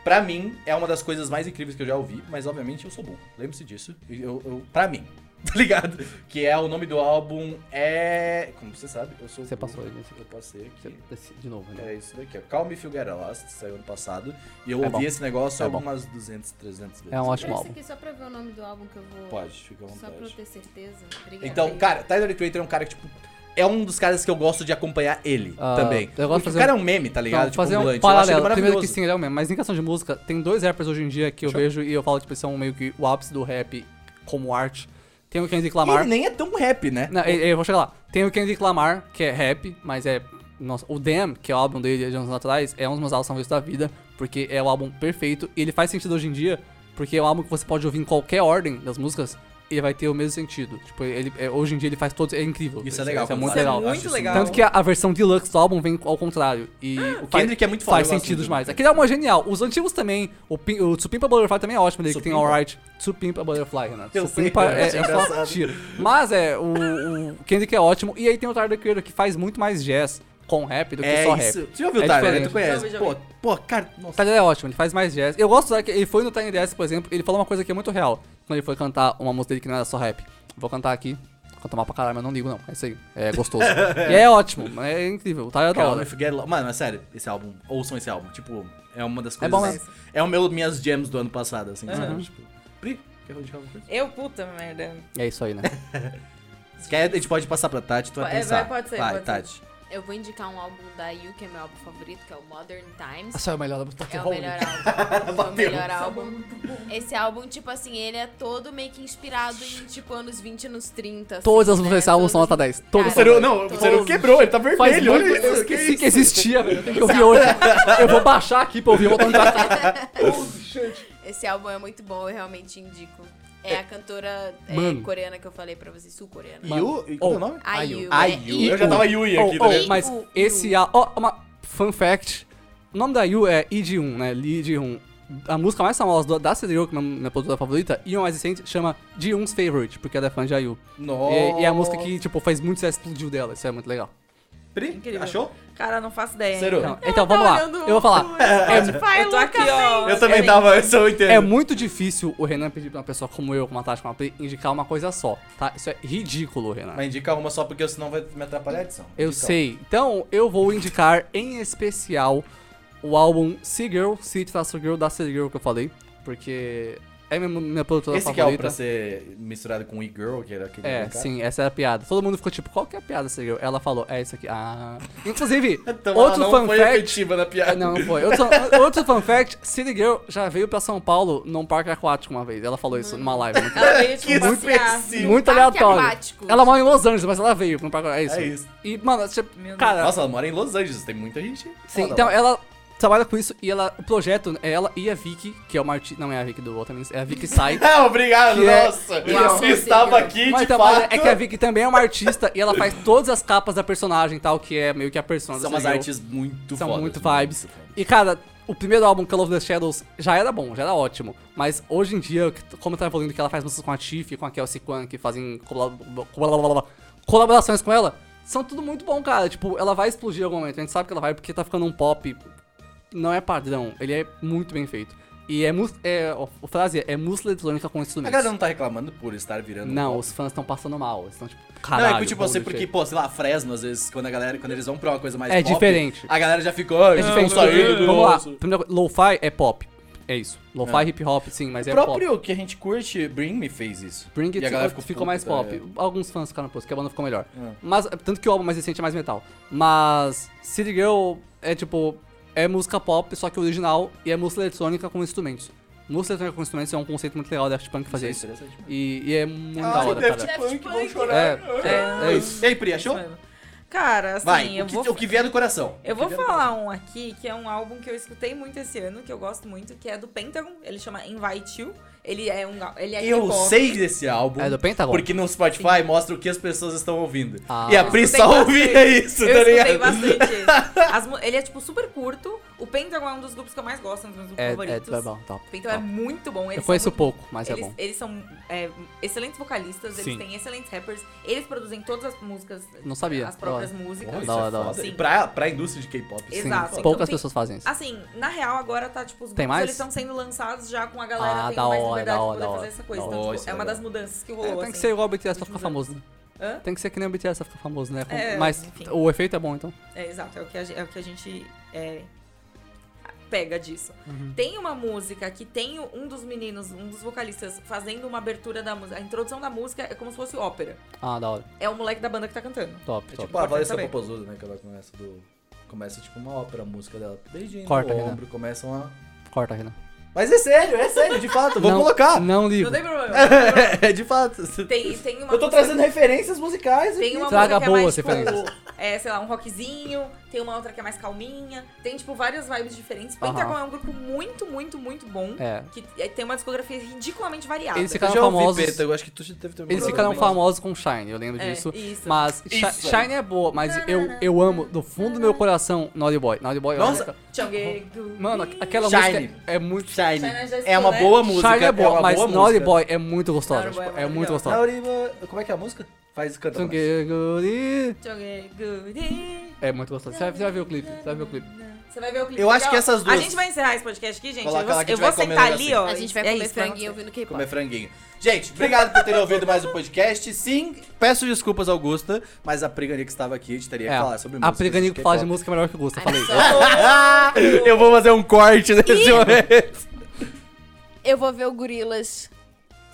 A: Pra mim, é uma das coisas mais incríveis que eu já ouvi, mas obviamente eu sou burro. Lembre-se disso. E Eu, eu, pra mim, tá ligado? Que é o nome do álbum é. Como você sabe, eu sou.
D: Você
A: burro.
D: passou aí, né? Você-
A: Eu passei aqui.
D: Você decide De novo, né?
A: É isso daqui, ó. Calm Me If You Get Lost, saiu ano passado. E eu
D: É
A: ouvi
D: bom.
A: esse negócio
D: É bom.
A: algumas 200, 300 vezes.
D: É um
E: Presta
D: ótimo álbum.
E: aqui só pra ver o nome do álbum que eu vou.
A: Pode, fica à
E: Só pra eu
A: vontade.
E: ter certeza. Obrigada.
A: Então, cara, Tyler the Creator é um cara que, tipo, é um dos caras que eu gosto de acompanhar ele
D: Ah,
A: também.
D: eu gosto
A: Porque
D: de fazer
A: o cara é um meme, tá ligado?
D: Não, fazer um
A: ambulante. Eu acho ele
D: paralelo. Primeiro
A: maravilhoso.
D: que sim, ele é o mesmo. Mas em questão de música, tem dois rappers hoje em dia que eu vejo e eu falo, tipo, são meio que o ápice do rap como arte. Tem o
A: E
D: Kendrick Lamar.
A: ele nem é tão rap, né?
D: Não, eu, eu vou chegar lá. Tem o Kendrick Lamar, que é rap, mas é. Nossa, o Damn, que é o álbum dele de anos atrás, é um dos meus álbuns favoritos da vida, porque é o álbum perfeito. E ele faz sentido hoje em dia, porque é um álbum que você pode ouvir em qualquer ordem das músicas. ele vai ter o mesmo sentido. Tipo, ele, é, hoje em dia ele faz todos. É incrível.
A: Isso é legal.
D: é
A: quando
D: muito
A: sai.
D: legal.
A: Eu acho
B: Muito
A: isso
B: legal.
D: Tanto que a, a versão deluxe do álbum vem ao contrário. E
A: O Kendrick é muito foda.
D: faz
A: eu gosto
D: sentido
A: muito.
D: demais. Aquele álbum é genial. Os antigos também. O, Pim- o To Pimp a Butterfly também é ótimo dele, que tem
A: Supimpa?
D: Alright. To Pimp a Butterfly, Renato.
A: Eu
D: To
A: sei,
D: Pimp a-
A: cara,
D: é,
A: acho
D: é só
A: engraçado.
D: tiro. Mas é, o, o Kendrick é ótimo. E aí tem o Tyler, the Creator, que faz muito mais jazz com rap do que
A: É
D: só rap.
A: isso. Você já ouviu
D: É
A: o Tyler, né?
D: diferente.
A: Tu conhece?
B: Já ouvi, já
A: Pô,
B: ouvi.
A: pô, cara,
D: O
A: nossa.
D: Tyler é ótimo, ele faz mais jazz. Eu gosto de usar que ele foi no Tiny Desk, por exemplo, ele falou uma coisa que é muito real. Quando ele foi cantar uma música dele que não era só rap. Vou cantar aqui. Vou cantar mal pra caralho, mas não ligo não. É isso aí. É gostoso. e é ótimo, é incrível. O Tyler é da
A: Calma,
D: hora.
A: forget lo- Mano, mas sério, esse álbum, ouçam esse álbum. Tipo, é uma das
D: É
A: coisas.
D: bom
A: é o meu minhas gems do ano passado, assim,
B: Aham.
A: sabe? Tipo, Pri, quer falar de alguma coisa?
B: Eu, puta merda.
D: É isso aí, né?
A: Se quer, a gente pode passar pra Tati, tu vai
B: É, vai,
A: pensar.
B: pode ser,
A: Vai,
B: pode ser.
A: Tati.
E: Eu vou indicar um álbum da You, que é meu álbum favorito, que é o Modern Times.
D: Essa é o melhor da música.
E: É o melhor álbum. Foi o
A: Bateu.
E: melhor álbum. Esse álbum, tipo assim, ele é todo meio que inspirado em, tipo, anos 20, anos 30. assim,
D: Todas as músicas
E: né?
D: desse álbum são nota
E: Todas-
D: 10. Todas.
E: Cara,
A: Seru- não, o
E: todas.
A: Seru quebrou, ele tá
D: Faz
A: vermelho,
D: muito,
A: olha isso.
D: eu
A: que
D: esqueci que
A: isso?
D: existia, velho. Eu tenho que ouvir hoje. Eu vou baixar aqui pra ouvir voltando pra cá.
E: Esse álbum é muito bom, eu realmente indico. É a cantora é,
D: Mano.
E: coreana que eu falei pra vocês, sul-coreana.
A: Yu? E Qual é o
D: Oh.
A: nome?
E: Ayu.
A: Ayu.
E: É
A: Eu já tava Yui
D: Oh,
A: aqui,
D: oh,
A: tá ligado?
D: mas
E: I-U.
D: esse álbum. Ó, uma fun fact. O nome da Yu é Lee Ji-hoon, né? Lee Ji-hoon. A música mais famosa do- da Cedric, que é minha minha produtora favorita, e uma mais recente, chama Ji-hoon's Favorite, porque ela é fã de IU.
A: Nossa.
D: E, e é a música que, tipo, faz muito sucesso, explodiu dela. Isso é muito legal.
A: Pri,
B: Incrível.
A: achou?
B: Cara, não tá faço ideia.
A: Seru.
D: Então, então,
B: tá
D: vamos lá. Eu vou falar.
A: É,
B: Eu tô aqui, ó.
A: Eu também tava, eu sou
D: É
A: inteiro.
D: muito difícil o Renan pedir pra uma pessoa como eu, como a Tati, como a Pri, indicar uma coisa só, tá? Isso é ridículo, Renan.
A: Mas indica uma só, porque senão vai me atrapalhar a edição.
D: Eu
A: Indica
D: sei. Então, eu vou indicar em especial o álbum Seagirl, City Traço Girl da Seagirl que eu falei, porque é minha, minha
A: uma.
D: produtora
A: Esse que é o
D: favorita.
A: pra ser misturado com E-Girl, que era aquele
D: é,
A: cara.
D: sim, essa era a piada. Todo mundo ficou tipo, qual que é a piada da Seagirl? Ela falou, é isso aqui. Ah. Inclusive,
A: Então ela
D: outro
A: não
D: fun
A: foi
D: fact.
A: efetiva na
D: É,
A: piada.
D: Não, não foi. Outro, outro fun fact, City Girl já veio pra São Paulo num parque aquático uma vez. Ela falou isso numa live. Muito,
B: Ela veio, tipo,
A: Que
B: passear.
A: específico.
D: muito
E: Hum. parque
D: aleatório.
E: aquático.
D: Ela mora em Los Angeles, mas ela veio pra um parque aquático.
A: É
D: É isso.
A: isso.
D: E, mano, você-
B: Meu Deus.
D: cara,
A: Nossa, ela mora em Los Angeles, tem muita gente.
D: Sim,
A: foda
D: então
A: lá.
D: ela trabalha com isso e ela, o projeto é ela e a Vicky, que é uma artista. Não é a Vicky do Otamins, é a Vicky Sai.
A: Ah, obrigado,
D: Que é-
A: nossa.
E: é uma
A: Eu estava
E: conseguiu.
A: aqui,
D: Mas
A: de
D: então, mas
A: fato.
D: é que a Vicky também é uma artista e ela faz todas as capas da personagem e tal, que é meio que a persona
A: São
D: da
A: umas
D: Sergio.
A: artes muito
D: São
A: fodas, né?
D: muito vibes.
A: muito fodas.
D: E cara, o primeiro álbum, Call of the Shadows, já era bom, já era ótimo. Mas hoje em dia, como tá evoluindo que ela faz músicas com a Tiff e com a Kelsey Kwan, que fazem colab- colab- colaborações com ela, são tudo muito bom, cara. Tipo, ela vai explodir em algum momento. A gente sabe que ela vai porque tá ficando um pop. Não é padrão, ele é muito bem feito. E é, mus- é ó, a frase é, é música eletrônica com
A: A
D: instrumentos.
A: galera não tá reclamando por estar virando.
D: Não,
A: um
D: os fãs estão passando mal. Estão tipo,
A: Não,
D: caralho.
A: é que tipo, eu sei
D: holy
A: porque,
D: shit.
A: pô, sei lá, Fresno, às vezes, quando a galera, quando eles vão pra uma coisa mais
D: É
A: pop,
D: diferente.
A: a galera já ficou, ah,
D: É diferente.
A: Isso aí,
D: Vamos lá.
A: nossa."
D: Primeira coisa, Lo-fi é pop. É isso. Lo-fi, hip hop, sim, mas
A: O
D: é pop.
A: próprio que a gente curte, Bring Me, fez isso.
D: Bring
A: E
D: It
A: a galera
D: ficou,
A: puta,
D: mais pop.
A: é.
D: Alguns fãs ficaram putos, que a banda ficou melhor.
A: É.
D: Mas, tanto que o álbum mais recente é mais metal. Mas City Girl é tipo, é música pop, só que original, e é música eletrônica com instrumentos. Música eletrônica com instrumentos é um conceito muito legal da Daft Punk fazer é isso.
A: interessante.
D: E, e é muito
A: Ai,
D: da hora,
A: Ah, Daft
D: cara.
A: Punk, vão chorar.
D: É, é, é isso.
A: E aí, Pri, achou?
B: ah, Cara, assim,
A: Vai,
B: eu
A: o, que,
B: vou
A: o que vier do coração.
B: Eu vou falar um aqui, que é um álbum que eu escutei muito esse ano, que eu gosto muito, que é do Pentagon. Ele chama Invite You. Ele é um al- ele é
A: Eu
B: hip-hop.
A: sei desse álbum.
D: É do Pentagon?
A: Porque no Spotify mostra o que as pessoas estão ouvindo.
D: Ah.
A: E a
D: Eu
A: Pri
B: escutei
A: só
B: bastante.
A: ouvia isso,
B: eu
A: tá
B: escutei
A: ligado?
B: bastante esse. As mu- ele é, tipo, super curto. O Pentagon é um dos grupos que eu mais gosto, um dos meus grupos
D: É, é,
B: favoritos.
D: tá bom, top.
B: O Pentagon é
D: top.
B: muito bom. Eles
D: Eu
B: são
D: conheço
B: muito-
D: pouco, mas é
B: eles,
D: bom.
B: eles são é, excelentes vocalistas, eles
D: Sim.
B: têm excelentes rappers, eles produzem todas as músicas,
D: Não sabia.
B: as próprias
D: Da
B: músicas.
A: Pô, isso
D: Da hora,
A: é
D: da hora.
A: foda. E
B: Sim.
A: pra, pra indústria de K-pop. isso é
D: Sim,
B: Exato,
A: foda.
B: então
D: poucas
B: tem-
D: pessoas fazem isso.
B: Assim, na real, agora tá, tipo, os
D: Tem
B: grupos
D: mais?
B: eles estão sendo lançados já com a
D: Ah,
B: galera tendo
D: da
B: mais
D: hora,
B: liberdade
D: da
B: pra
D: hora,
B: poder
D: da
B: fazer
D: hora.
B: essa coisa.
A: Da
B: Então,
A: hora,
B: tipo,
A: isso é
B: é uma
A: legal.
B: das mudanças que
D: É,
B: rolou,
D: tem que
B: assim.
D: ser igual o BTS pra ficar
B: últimos
D: famoso, né?
B: Hã?
D: Tem que ser que nem o BTS pra ficar famoso, né? Com-
B: É,
D: mas
B: enfim.
D: o efeito é bom, então.
B: É, exato, é o que a, ge- é o que a gente é, pega disso.
D: Uhum.
B: Tem uma música que tem o- um dos meninos, um dos vocalistas, fazendo uma abertura da música. A introdução da música é como se fosse ópera.
D: Ah, da hora.
B: É o moleque da banda que tá cantando.
D: Top,
A: É
D: top.
A: tipo a Valessa
B: Saber.
A: Popozuda, né? Que ela começa do. Começa tipo uma ópera, a música dela. Beijinho
D: Corta, né?
A: no
D: Renan.
A: ombro, começam a.
D: Corta, Renan.
A: Mas é sério, é sério, de fato, vou
D: Não-
A: colocar.
D: Não ligo.
B: Não tem problema.
D: É, de fato.
B: Tem, tem uma
A: Eu tô
B: música-
A: trazendo referências musicais
B: Tem
A: aqui.
B: uma
D: Traga
B: música que é mais,
D: boas
B: tipo,
D: referências.
B: é, sei lá, um rockzinho, tem uma outra que é mais calminha, tem, tipo, várias vibes diferentes.
D: Aham.
B: Pentagon é um grupo muito, muito, muito bom,
D: É.
B: que é, tem uma discografia ridiculamente variada.
D: Eles
A: Eu
D: ficaram
A: já ouvi,
D: famosos.
A: Peta, eu acho que tu já deve ter ouvido
D: Eles
A: falar.
D: ficaram famosos com Shine, eu lembro
B: É,
D: disso.
B: isso.
D: Mas Shi-
A: Isso aí.
D: Shine é boa, mas eu, eu amo do fundo do meu coração Naughty Boy. Naughty Boy é uma
A: Nossa.
D: música-
B: Chongueigo.
D: Mano, aquela
A: Shine.
D: música é muito.
B: China já
A: Shine. É
B: estou,
A: uma
B: né?
A: boa música.
D: Shine é boa,
A: uma
D: mas
A: boa
D: Naughty
A: música.
D: Boy é muito gostosa.
B: Naughty Boy
D: tipo,
B: é
D: é muito
B: maravilhosa.
D: gostosa.
A: Nauriba- Como é que é a música? Faz canta. pra nós.
D: Tsungeuri.
B: Chongueigo.
D: É muito gostosa. Você vai, você vai ver o clipe, você vai ver o clipe.
B: Você vai ver o clipe.
A: Eu acho
B: Ó,
A: que essas duas-
B: A gente vai encerrar esse podcast aqui, gente.
A: Coloca
B: eu vou,
A: lá que a
B: eu
A: gente
B: vou
A: vai comer
B: sentar
A: um
B: ali, ó.
E: A gente vai
B: é
E: comer
B: isso, vai
E: franguinho ouvindo K-pop.
A: Comer franguinho. Gente, obrigado por terem ouvido mais um podcast. Sim, peço desculpas, Augusta, mas a Preganico estava aqui, a gente teria
D: É,
A: que falar sobre
D: a
A: música.
D: Preganico que fala de música é melhor que o Gusta,
E: Ai,
D: falei.
E: só-
A: Eu vou fazer um corte nesse momento.
E: Eu vou ver o Gorilas.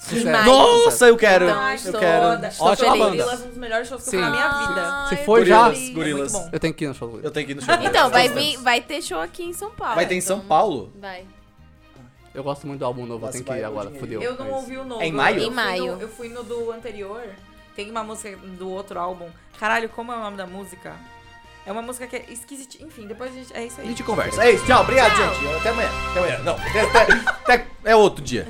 D: Sucesso.
A: Nossa, eu quero.
E: Não,
A: eu
B: Estou
A: quero.
B: toda.
D: Ótima
B: Estou feliz.
D: banda.
B: Gorillaz, um dos melhores shows que
D: Sim.
B: eu fui na minha vida.
D: Se foi já-
E: Gorilas.
A: Gorilas.
B: Muito bom.
D: Eu tenho que ir no show do Gusta.
A: Eu tenho que ir no show.
E: Então, vai,
A: Gostamos.
E: vir, vai ter show aqui em São Paulo.
A: Vai ter em
E: então-
A: São Paulo?
E: Vai.
D: Eu gosto muito do álbum novo, eu
A: Nossa,
D: tenho que ir
A: vai,
D: agora,
A: eu
D: fudeu.
B: Eu não
D: mas-
B: ouvi o novo.
A: É em maio?
B: Eu
E: Em
B: fui
E: maio.
B: no- eu fui no do anterior. Tem uma música do outro álbum. Caralho, como é o nome da música? É uma música que é esquisita. Enfim, depois a gente. É isso
A: A
B: aí.
A: gente conversa. É isso, tchau. Obrigado,
E: Tchau.
A: gente. Até amanhã. Até amanhã. Não, até- até- até- é outro dia.